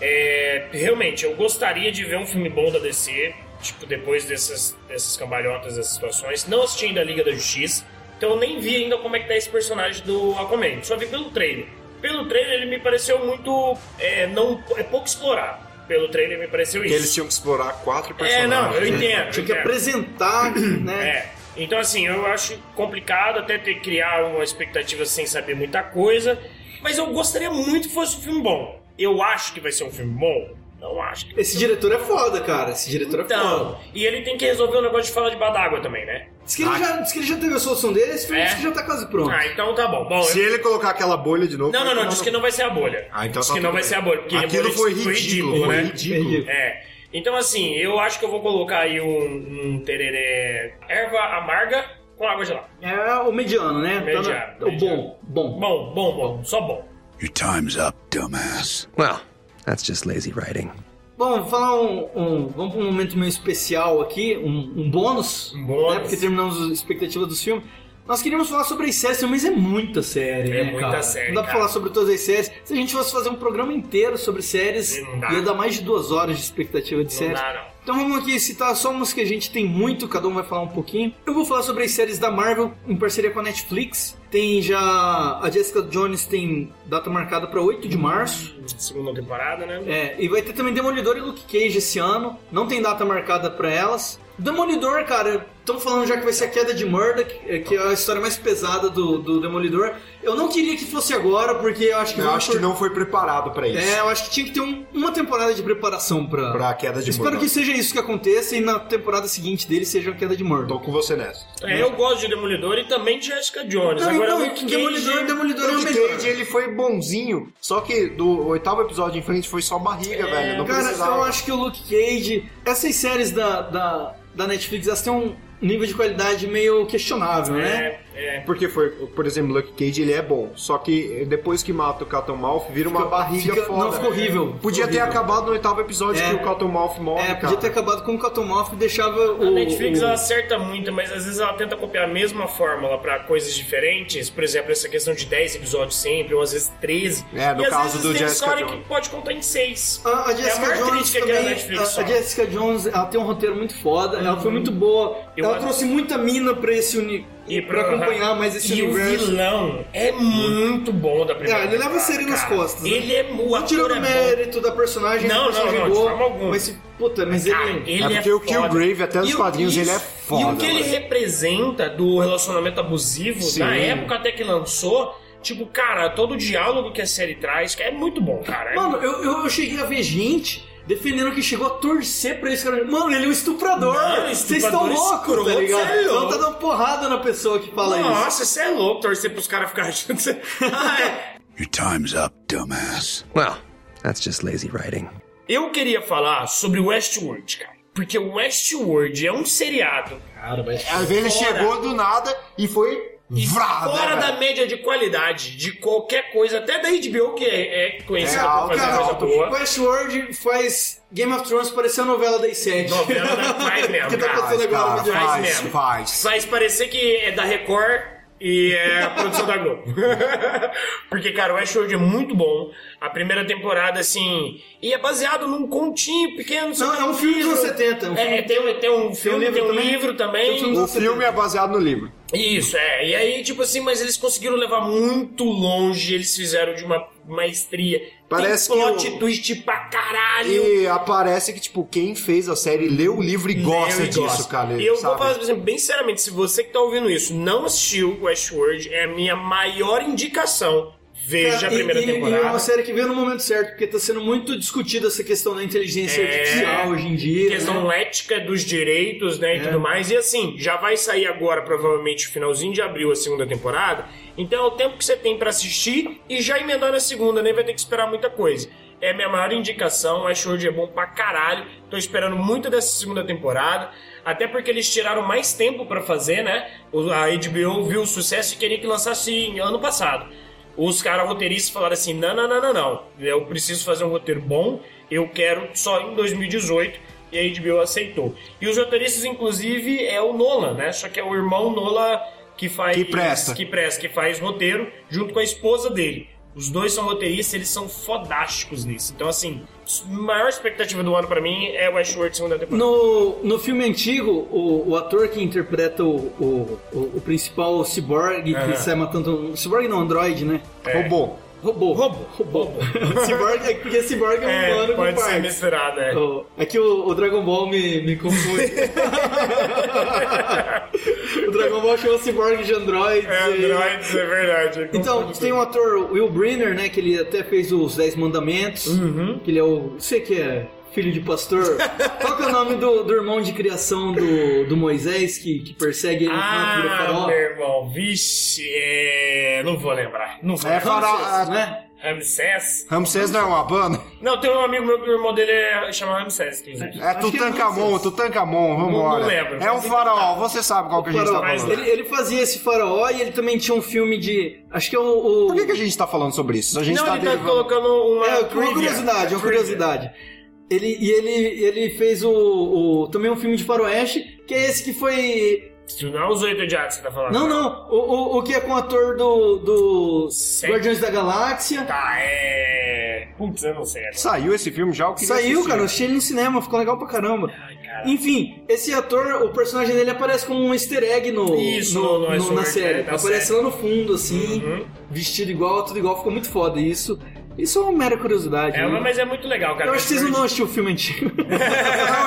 Speaker 3: É, realmente, eu gostaria de ver um filme bom da DC, tipo, depois dessas, dessas cambalhotas, dessas situações. Não assisti ainda a Liga da Justiça, então eu nem vi ainda como é que tá esse personagem do Aquaman. Só vi pelo trailer. Pelo trailer ele me pareceu muito... É, não, é pouco explorado. Pelo trailer me pareceu
Speaker 4: Que
Speaker 3: isso.
Speaker 4: eles tinham que explorar quatro
Speaker 3: É,
Speaker 4: personagens.
Speaker 3: não, eu
Speaker 4: né?
Speaker 2: Tinha
Speaker 3: entendo.
Speaker 2: que
Speaker 3: eu entendo.
Speaker 2: apresentar, né?
Speaker 3: É. Então, assim, eu acho complicado até ter criar uma expectativa sem saber muita coisa, mas eu gostaria muito que fosse um filme bom. Eu acho que vai ser um filme bom? Não acho que.
Speaker 2: Esse diretor é foda, cara. Esse diretor é foda.
Speaker 3: Então, e ele tem que resolver o negócio de falar de badágua também, né?
Speaker 2: Diz que, ele já, diz que ele já teve a solução dele, esse filme
Speaker 3: É?
Speaker 2: diz que já tá quase pronto.
Speaker 3: Ah, então tá bom. Bom,
Speaker 4: Se
Speaker 3: eu-
Speaker 4: ele colocar aquela bolha de novo.
Speaker 3: Não, não,
Speaker 4: vai
Speaker 3: não,
Speaker 4: tomar
Speaker 3: disse
Speaker 4: no-
Speaker 3: que não vai ser a bolha.
Speaker 4: Ah, então
Speaker 3: Diz
Speaker 4: tá
Speaker 3: que não
Speaker 4: tudo
Speaker 3: vai
Speaker 4: bem.
Speaker 3: ser a bolha, porque a
Speaker 4: Aquilo
Speaker 3: bolha
Speaker 4: foi ridículo, foi
Speaker 3: né?
Speaker 4: ridículo.
Speaker 3: É. Então, assim, eu acho que eu vou colocar aí um, um tereré. erva amarga com água gelada.
Speaker 2: É o mediano, né? Tá na-
Speaker 3: Mediano,
Speaker 2: o
Speaker 3: mediano.
Speaker 2: bom, bom.
Speaker 3: Bom, bom, bom, só bom.
Speaker 5: Your time's up, dumbass.
Speaker 6: Well, that's just lazy writing.
Speaker 2: Bom, vou falar um, um- Vamos pra um momento meio especial aqui, um, um bônus.
Speaker 3: Um bônus.
Speaker 2: Né, porque terminamos as expectativas dos filmes. Nós queríamos falar sobre as séries, mas é muita série,
Speaker 3: É
Speaker 2: né,
Speaker 3: muita
Speaker 2: cara?
Speaker 3: série,
Speaker 2: Não dá
Speaker 3: cara.
Speaker 2: pra falar sobre todas as séries. Se a gente fosse fazer um programa inteiro sobre séries,
Speaker 3: Não dá.
Speaker 2: ia dar mais de duas horas de expectativa de
Speaker 3: Não
Speaker 2: séries.
Speaker 3: dá, não.
Speaker 2: Então vamos aqui citar só umas que a gente tem muito, cada um vai falar um pouquinho. Eu vou falar sobre as séries da Marvel em parceria com a Netflix. Tem já. A Jessica Jones tem data marcada pra 8 de março.
Speaker 3: Segunda temporada, né?
Speaker 2: É, e vai ter também Demolidor e Luke Cage esse ano. Não tem data marcada pra elas. Demolidor, cara, estão falando já que vai ser a queda de Murdoch, é, que é a história mais pesada do, do Demolidor. Eu não queria que fosse agora, porque eu acho que
Speaker 4: Eu
Speaker 2: vão
Speaker 4: acho que
Speaker 2: cor-
Speaker 4: não foi preparado pra isso.
Speaker 2: É, eu acho que tinha que ter um- uma temporada de preparação pra.
Speaker 4: Pra queda de
Speaker 2: Espero
Speaker 4: Murdoch.
Speaker 2: que seja isso que aconteça e na temporada seguinte dele seja a queda de Murdoch.
Speaker 4: Tô com você nessa.
Speaker 3: É, eu gosto de Demolidor e também de Jessica Jones.
Speaker 2: Não,
Speaker 3: Agora,
Speaker 2: então,
Speaker 3: Luke Cage-
Speaker 2: Demolidor, Demolidor é o
Speaker 4: Luke
Speaker 2: melhor.
Speaker 4: Cage, ele foi bonzinho, só que do oitavo episódio em frente foi só
Speaker 3: É,
Speaker 4: barriga, velho. Não
Speaker 2: É, Cara,
Speaker 4: precisava.
Speaker 2: eu acho que o Luke Cage. Essas séries da, da, da Netflix, elas têm um nível de qualidade meio questionável, né?
Speaker 3: É, é.
Speaker 4: Porque foi, por exemplo, Luke Cage, ele é bom. Só que depois que mata o Cottonmouth, vira uma barriga
Speaker 2: fica-
Speaker 4: foda.
Speaker 2: não, ficou horrível.
Speaker 4: Podia
Speaker 2: Ficou horrível.
Speaker 4: ter acabado no oitavo episódio
Speaker 2: É.
Speaker 4: que o Cottonmouth morre,
Speaker 2: É,
Speaker 4: cara.
Speaker 2: podia ter acabado com o Cottonmouth e deixava
Speaker 3: A
Speaker 2: o.
Speaker 3: Netflix
Speaker 2: o-
Speaker 3: ela acerta muito, mas às vezes ela tenta copiar a mesma fórmula pra coisas diferentes. Por exemplo, essa questão de 10 episódios sempre, ou às vezes 13.
Speaker 4: É, no
Speaker 3: e às
Speaker 4: caso
Speaker 3: vezes
Speaker 4: do
Speaker 3: tem
Speaker 4: Jessica
Speaker 3: história
Speaker 4: Jones.
Speaker 3: que pode contar em 6.
Speaker 2: A, a
Speaker 3: é a
Speaker 2: Jessica
Speaker 3: maior
Speaker 2: Jones
Speaker 3: crítica
Speaker 2: também,
Speaker 3: que a Netflix
Speaker 2: a,
Speaker 3: só.
Speaker 2: a Jessica Jones, ela tem um roteiro muito foda, ela foi muito boa.
Speaker 3: Eu
Speaker 2: ela
Speaker 3: acho-
Speaker 2: trouxe muita mina pra esse uni... pra acompanhar mais esse
Speaker 3: e
Speaker 2: universo.
Speaker 3: o vilão é muito bom da primeira
Speaker 2: É, ele leva a
Speaker 3: temporada,
Speaker 2: série nas
Speaker 3: cara.
Speaker 2: costas, né?
Speaker 3: Ele é... O
Speaker 2: Não tirando
Speaker 3: ator
Speaker 2: o
Speaker 3: é bom.
Speaker 2: mérito da personagem,
Speaker 3: Não,
Speaker 2: da personagem
Speaker 3: não, não, de
Speaker 2: boa,
Speaker 3: forma alguma.
Speaker 2: Mas, puta, mas
Speaker 3: Cara,
Speaker 2: ele...
Speaker 3: ele
Speaker 4: é porque o
Speaker 3: foda.
Speaker 4: Killgrave, até nos
Speaker 3: E o-
Speaker 4: quadrinhos,
Speaker 3: isso-
Speaker 4: ele é
Speaker 3: E
Speaker 4: foda.
Speaker 3: o que ele
Speaker 4: velho.
Speaker 3: representa do relacionamento abusivo,
Speaker 4: Sim.
Speaker 3: na época até que lançou, tipo, cara, todo o diálogo que a série traz, que é muito bom, cara. É
Speaker 2: Mano, eu, eu, eu cheguei a ver gente defendendo que chegou a torcer pra esse cara. Mano, ele é um estuprador.
Speaker 3: Não,
Speaker 2: Vocês
Speaker 3: estuprador
Speaker 2: estão loucos,
Speaker 3: escroto,
Speaker 2: tá ligado?
Speaker 3: cê é louco.
Speaker 2: Então tá dando porrada na pessoa que fala isso.
Speaker 3: Nossa, você é louco torcer pros caras ficarem achando que você... Ah, é.
Speaker 5: Your time's up, dumbass.
Speaker 6: Well, that's just lazy writing.
Speaker 3: Eu queria falar sobre Westworld, cara. Porque Westworld é um seriado
Speaker 4: Aí vem,
Speaker 3: Fora.
Speaker 4: ele chegou do nada e foi
Speaker 3: e
Speaker 4: vrá, né,
Speaker 3: fora
Speaker 4: velho?
Speaker 3: da média de qualidade de qualquer coisa, até da HBO, que é, é conhecida
Speaker 4: É
Speaker 3: por
Speaker 4: alto,
Speaker 3: fazer
Speaker 4: é
Speaker 3: coisa
Speaker 4: alto.
Speaker 3: boa.
Speaker 2: Westworld faz Game of Thrones parecer a novela das sete.
Speaker 3: Novela da- faz mesmo,
Speaker 2: que tá
Speaker 3: cara.
Speaker 2: acontecendo agora no
Speaker 4: Faz,
Speaker 2: dia
Speaker 3: Faz
Speaker 4: cara,
Speaker 3: mesmo.
Speaker 4: faz, faz.
Speaker 3: Faz parecer que é da Record e é a produção da Globo. Porque, cara, o Westworld é muito bom. A primeira temporada, assim... E é baseado num continho pequeno.
Speaker 2: Não, é um filme dos anos 70, é um
Speaker 3: É, tem, tem um filme, tem um livro também.
Speaker 2: Tem um filme
Speaker 4: O filme é baseado no livro.
Speaker 3: Isso, é. E aí, tipo assim, mas eles conseguiram levar muito longe, eles fizeram de uma maestria.
Speaker 4: Parece
Speaker 3: Tem
Speaker 4: que
Speaker 3: plot
Speaker 4: o-
Speaker 3: twist pra caralho.
Speaker 4: E aparece que, tipo, quem fez a série leu o livro e gosta
Speaker 3: Eu
Speaker 4: disso,
Speaker 3: gosto.
Speaker 4: cara.
Speaker 3: Eu
Speaker 4: sabe?
Speaker 3: vou falar por exemplo, bem sinceramente, se você que tá ouvindo isso não assistiu Westworld, é a minha maior indicação. Veja a
Speaker 2: Cara, e-
Speaker 3: primeira
Speaker 2: e,
Speaker 3: temporada.
Speaker 2: E é uma série que veio no momento certo, porque tá sendo muito discutida essa questão da inteligência
Speaker 3: É.
Speaker 2: artificial hoje em dia.
Speaker 3: questão
Speaker 2: né?
Speaker 3: ética dos direitos, né, e tudo mais. E assim, já vai sair agora, provavelmente, finalzinho de abril, a segunda temporada. Então é o tempo que você tem pra assistir e já emendar na segunda, nem vai ter que esperar muita coisa. É minha maior indicação, acho hoje é bom pra caralho. Tô esperando muito dessa segunda temporada. Até porque eles tiraram mais tempo pra fazer, né? O- A HBO viu o sucesso e queria que lançasse em ano passado os caras roteiristas falaram assim: não, não, não, não, não. Eu preciso fazer um roteiro bom, eu quero só em 2018. E a HBO aceitou. E os roteiristas, inclusive, é o Nolan, né? Só que é o irmão Nolan que faz.
Speaker 4: Que presta.
Speaker 3: Que presta, que faz roteiro, junto com a esposa dele. Os dois são roteiristas, eles são fodásticos nisso. Então, assim, a maior expectativa do ano pra mim é o Westworld segunda temporada.
Speaker 2: No, no filme antigo, o, o ator que interpreta o, o, o, o principal ciborgue que
Speaker 3: Aham.
Speaker 2: sai matando. um- Ciborgue não, androide, né?
Speaker 4: Robô.
Speaker 2: Robô.
Speaker 3: Robô.
Speaker 2: Robô. ciborgue, é porque ciborgue é um
Speaker 3: É,
Speaker 2: humano com
Speaker 3: pode ser
Speaker 2: partes.
Speaker 3: misturado, é.
Speaker 2: Oh, é que o, o Dragon Ball me, me confunde. o Dragon Ball chama Cyborg de androides.
Speaker 3: É,
Speaker 2: e-
Speaker 3: androides, é verdade.
Speaker 2: Então,
Speaker 3: Confunde
Speaker 2: tem um ator, Will Brenner, né? Que ele até fez os Dez Mandamentos.
Speaker 4: Uhum.
Speaker 2: Que ele é o. Você que é filho de pastor. Qual que é o nome do, do irmão de criação do, do Moisés que, que persegue ele no vira
Speaker 3: Ah,
Speaker 2: farol?
Speaker 3: meu irmão, vixe, é... não vou lembrar. Não vou
Speaker 4: É
Speaker 3: lembrar.
Speaker 4: fará.
Speaker 2: Ramsés, né?
Speaker 3: Ramsés?
Speaker 4: Ramsés não é uma banda?
Speaker 3: Não, tem um amigo meu que o irmão dele é... chama Ramsés, inclusive.
Speaker 4: É
Speaker 2: Acho que é
Speaker 4: Tutankamon,
Speaker 2: Ramsés.
Speaker 4: Tutankamon, vambora.
Speaker 3: Não- não lembro.
Speaker 4: É um faraó, você sabe qual que a gente tá
Speaker 2: Faraó.
Speaker 3: mas
Speaker 4: falando.
Speaker 2: Ele, ele fazia esse faraó e ele também tinha um filme de. Acho que é o. o-
Speaker 4: Por que, que a gente tá falando sobre isso? A gente
Speaker 3: não,
Speaker 4: tá
Speaker 3: ele tá
Speaker 4: derivando.
Speaker 3: colocando uma...
Speaker 2: É, uma
Speaker 3: trivia.
Speaker 2: curiosidade, uma
Speaker 3: Trivia.
Speaker 2: curiosidade. Ele, e ele, ele fez o, o- também um filme de faroeste, que é esse que foi...
Speaker 3: Isso Não é os oito odiados que você tá falando.
Speaker 2: Não, não, o, o, o que é com o ator do, do
Speaker 3: Sei.
Speaker 2: Guardiões da Galáxia.
Speaker 3: Tá, é... Putz, eu não sei.
Speaker 4: Saiu esse filme já? Eu queria
Speaker 2: Saiu,
Speaker 4: assistir.
Speaker 2: cara, eu achei ele no cinema, ficou legal pra caramba.
Speaker 3: Ai, É, cara.
Speaker 2: Enfim, esse ator, o personagem dele aparece como um easter egg no,
Speaker 3: Isso,
Speaker 2: no-
Speaker 3: no- no
Speaker 2: no- na
Speaker 3: Sword,
Speaker 2: série.
Speaker 3: é, Uhum. na
Speaker 2: aparece
Speaker 3: série.
Speaker 2: lá no fundo, assim, vestido igual, tudo igual, ficou muito foda isso. Isso é uma mera curiosidade.
Speaker 3: É,
Speaker 2: né?
Speaker 3: mas é muito legal, cara.
Speaker 2: Eu acho que vocês não vão assistir o filme antigo.
Speaker 4: Não,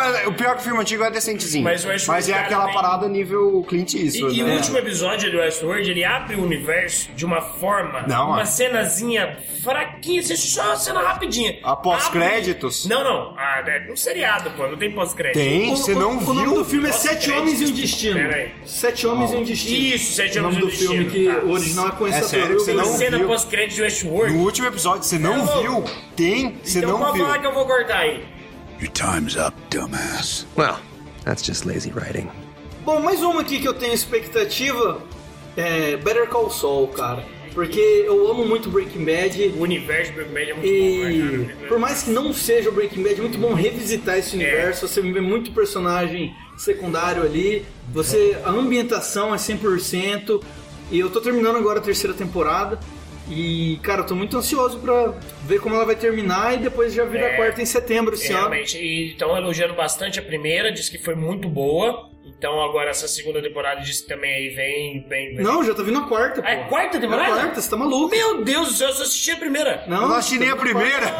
Speaker 4: é- o pior que o filme antigo é decentezinho.
Speaker 3: Mas
Speaker 4: Mas,
Speaker 3: eu acho que
Speaker 4: é
Speaker 3: o cara
Speaker 4: aquela
Speaker 3: tem-
Speaker 4: parada nível Clint
Speaker 3: E,
Speaker 4: Eastwood,
Speaker 3: e o
Speaker 4: né?
Speaker 3: último episódio do Westworld, ele abre o universo de uma forma,
Speaker 4: Não,
Speaker 3: uma
Speaker 2: é.
Speaker 4: mano.
Speaker 3: cenazinha fraquinha, você só uma cena rapidinha.
Speaker 4: A pós-créditos?
Speaker 3: Abre- Não, não, ah, é um seriado, pô, não tem pós-crédito.
Speaker 4: Tem,
Speaker 2: O-
Speaker 4: você não
Speaker 2: o,
Speaker 4: viu.
Speaker 2: O nome do filme é
Speaker 3: Nossa,
Speaker 2: Sete
Speaker 3: peraí,
Speaker 2: Homens e um
Speaker 3: desculpa,
Speaker 2: Destino.
Speaker 3: peraí.
Speaker 2: Sete Homens e um Destino.
Speaker 3: Isso, Sete
Speaker 2: O
Speaker 3: Homens
Speaker 2: nome
Speaker 3: e um
Speaker 2: do filme que
Speaker 3: Destino, tá.
Speaker 2: o original é com
Speaker 4: É
Speaker 2: essa
Speaker 4: sério que você
Speaker 3: Tem
Speaker 4: não
Speaker 3: cena
Speaker 4: viu.
Speaker 3: pós-crédito de Westworld.
Speaker 4: No último episódio, você não
Speaker 3: Tá
Speaker 4: viu?
Speaker 3: louco.
Speaker 4: Tem, você
Speaker 3: então
Speaker 4: não
Speaker 3: pode
Speaker 4: viu.
Speaker 3: falar que eu vou cortar aí.
Speaker 5: Your time's up, dumbass.
Speaker 6: Well, that's just lazy writing.
Speaker 2: Bom, mais uma aqui que eu tenho expectativa é Better Call Saul, cara. Porque eu amo muito Breaking Bad.
Speaker 3: O universo do Breaking Bad é muito
Speaker 2: E
Speaker 3: bom, né,
Speaker 2: por
Speaker 3: cara?
Speaker 2: mais que não seja o Breaking Bad, é muito bom revisitar esse universo. Você vê muito personagem secundário ali. Você a ambientação é 100%. E eu tô terminando agora a terceira temporada. E cara, eu tô muito ansioso pra ver como ela vai terminar e depois já vira a quarta em setembro assim,
Speaker 3: É,
Speaker 2: esse ano.
Speaker 3: Realmente, e estão elogiando bastante a primeira, diz que foi muito boa. Então agora essa segunda temporada diz que também aí vem, vem, vem.
Speaker 2: Não, já tá vindo a quarta, pô.
Speaker 3: É quarta temporada?
Speaker 2: É a quarta, você tá maluco.
Speaker 3: Meu Deus do céu, eu só assisti a primeira.
Speaker 2: Não,
Speaker 4: Eu não assisti
Speaker 2: tá
Speaker 4: nem a
Speaker 2: vindo quarta.
Speaker 4: primeira.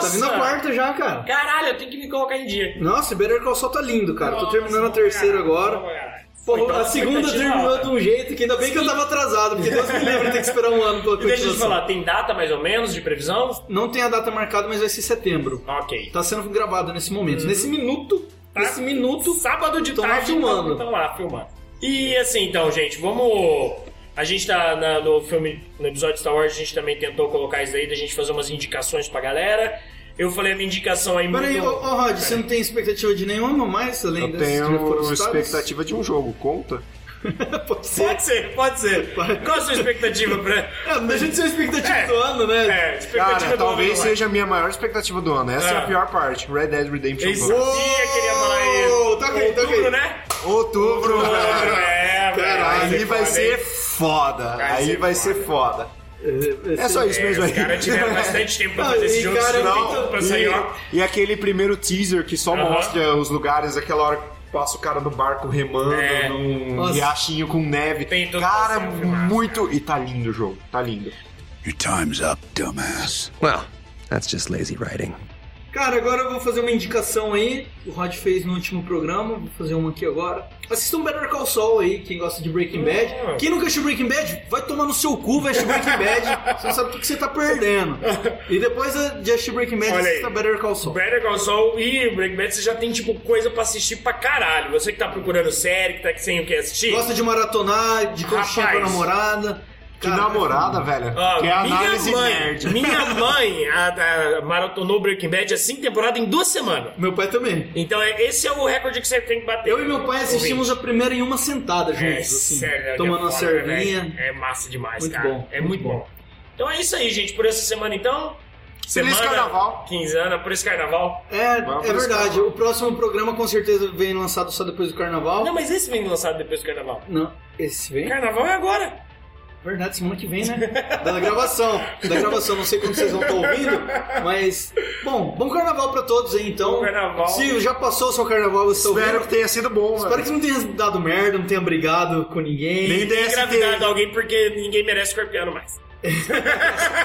Speaker 2: Tá vindo a
Speaker 3: Nossa!
Speaker 2: quarta já, cara.
Speaker 3: Caralho, eu tenho que me colocar em dia.
Speaker 2: Nossa, Better Call Saul tá lindo, cara. tô terminando a
Speaker 3: Nossa,
Speaker 2: terceira
Speaker 3: caralho,
Speaker 2: agora.
Speaker 3: caralho.
Speaker 2: Pô,
Speaker 3: Então,
Speaker 2: a segunda
Speaker 3: expectativa
Speaker 2: terminou
Speaker 3: alta.
Speaker 2: de um jeito que ainda bem que eu tava atrasado, porque Deus me livre ter que esperar um ano pela
Speaker 3: E Deixa eu te
Speaker 2: continuação.
Speaker 3: falar, tem data mais ou menos de previsão?
Speaker 2: Não tem a data marcada, mas vai ser setembro.
Speaker 3: Ok.
Speaker 2: Tá sendo gravado nesse momento. Nesse minuto,
Speaker 3: Tá.
Speaker 2: nesse minuto, um
Speaker 3: Sábado de
Speaker 2: Tão lá
Speaker 3: tarde, então,
Speaker 2: filmando.
Speaker 3: Estão lá filmando. E assim, então, gente, vamos... A gente tá na- no filme, no episódio de Star Wars, a gente também tentou colocar isso aí, da gente fazer umas indicações pra galera. Eu falei a minha indicação aí
Speaker 2: Peraí, ô,
Speaker 3: muito...
Speaker 2: ô Rod, você não tem expectativa de nenhuma mais, além
Speaker 4: Eu
Speaker 2: dessas que já foram
Speaker 4: tenho
Speaker 2: citadas?
Speaker 4: expectativa de um jogo, conta.
Speaker 2: Pode ser.
Speaker 3: Pode ser, pode ser. Qual a sua expectativa pra...
Speaker 2: É, não deixa de ser a expectativa
Speaker 3: É.
Speaker 2: do ano, né?
Speaker 3: É, expectativa
Speaker 4: Cara,
Speaker 3: do
Speaker 4: talvez
Speaker 3: ano,
Speaker 4: seja a minha maior expectativa do ano. Essa é,
Speaker 3: É.
Speaker 4: a pior parte. Red Dead Redemption
Speaker 3: Eles
Speaker 4: 2.
Speaker 3: sabia que ele ia falar isso.
Speaker 2: tipo- Tá ok, tá ok.
Speaker 3: Outubro, né?
Speaker 4: Outubro,
Speaker 3: Outubro,
Speaker 4: cara.
Speaker 3: é,
Speaker 4: Cara, aí vai
Speaker 3: foda,
Speaker 4: ser
Speaker 3: hein?
Speaker 4: foda.
Speaker 3: Vai
Speaker 4: Aí
Speaker 3: ser
Speaker 4: vai ser foda. É só isso
Speaker 3: É,
Speaker 4: mesmo
Speaker 3: os
Speaker 4: aí.
Speaker 3: caras tiveram bastante tempo pra
Speaker 2: Não,
Speaker 3: fazer esse
Speaker 2: e
Speaker 3: jogo,
Speaker 2: cara, então,
Speaker 3: senão
Speaker 2: não,
Speaker 3: tudo pra sair, ó.
Speaker 4: E, e aquele primeiro teaser que só
Speaker 3: Aham.
Speaker 4: mostra os lugares, aquela hora que passa o cara no barco remando
Speaker 3: É.
Speaker 4: num
Speaker 2: Nossa.
Speaker 4: riachinho com neve.
Speaker 3: Tem tudo
Speaker 4: cara,
Speaker 3: pra ser filmado.
Speaker 4: muito. E tá lindo o jogo, tá lindo.
Speaker 5: Your time's up, dumbass.
Speaker 6: Well, that's just lazy writing.
Speaker 2: Cara, agora eu vou fazer uma indicação aí. O Rod fez no último programa, vou fazer uma aqui agora. Assistam Better Call Saul aí, quem gosta de Breaking Bad.
Speaker 3: Hum.
Speaker 2: Quem nunca assistiu Breaking Bad, vai tomar no seu cu, vai assistir Breaking Bad. Você não sabe o que que você tá perdendo. E depois de assistir Breaking Bad,
Speaker 3: Olha aí.
Speaker 2: assista Better Call Saul.
Speaker 3: Better Call Saul e Breaking Bad, você já tem, tipo, coisa pra assistir pra caralho. Você que tá procurando série, que tá sem o que assistir.
Speaker 2: Gosta de maratonar, de conchinha com a
Speaker 3: Rapaz.
Speaker 2: namorada.
Speaker 4: Que
Speaker 2: Cara,
Speaker 4: namorada, velho.
Speaker 3: Ah,
Speaker 4: que é análise
Speaker 3: minha mãe,
Speaker 4: nerd.
Speaker 3: Minha mãe a- a- maratonou Breaking Bad há cinco temporadas em duas semanas.
Speaker 2: Meu pai também.
Speaker 3: Então é- esse é o recorde que você tem que bater.
Speaker 2: Eu e meu pai assistimos a primeira em uma sentada juntos,
Speaker 3: É,
Speaker 2: assim,
Speaker 3: sério,
Speaker 2: tomando
Speaker 3: é
Speaker 2: uma
Speaker 3: foda, velho.
Speaker 2: cervinha.
Speaker 3: É massa demais,
Speaker 2: Muito
Speaker 3: cara.
Speaker 2: bom,
Speaker 3: É muito bom. Então é isso aí, gente. Por essa semana, então.
Speaker 4: Feliz carnaval.
Speaker 3: Quinzana, por esse carnaval.
Speaker 2: É,
Speaker 4: Vamos
Speaker 2: é
Speaker 4: pro
Speaker 2: verdade.
Speaker 4: escândalo.
Speaker 2: O próximo programa com certeza vem lançado só depois do carnaval.
Speaker 3: Não, mas esse vem lançado depois do carnaval.
Speaker 2: Não, esse vem?
Speaker 3: Carnaval é agora.
Speaker 2: Verdade, semana que vem, né? Da gravação. Da gravação, não sei quando vocês vão estar ouvindo, mas. Bom, bom carnaval pra todos aí, então.
Speaker 3: Bom carnaval.
Speaker 2: Se já passou o seu carnaval, você está
Speaker 4: Espero
Speaker 2: ouvindo.
Speaker 4: que tenha sido bom,
Speaker 2: Espero que
Speaker 4: velho.
Speaker 2: não tenha dado merda, não tenha brigado com ninguém.
Speaker 4: Nem
Speaker 3: Tem
Speaker 4: DST.
Speaker 3: engravidado alguém porque ninguém merece escorpiano mais.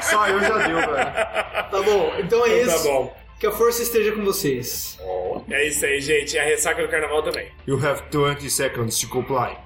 Speaker 4: Só eu já deu, velho.
Speaker 2: Tá bom, então é
Speaker 3: Então
Speaker 2: isso.
Speaker 3: tá bom.
Speaker 2: Que a força esteja com vocês.
Speaker 3: É isso aí, gente. É a ressaca do carnaval também.
Speaker 4: You have 20 seconds to comply.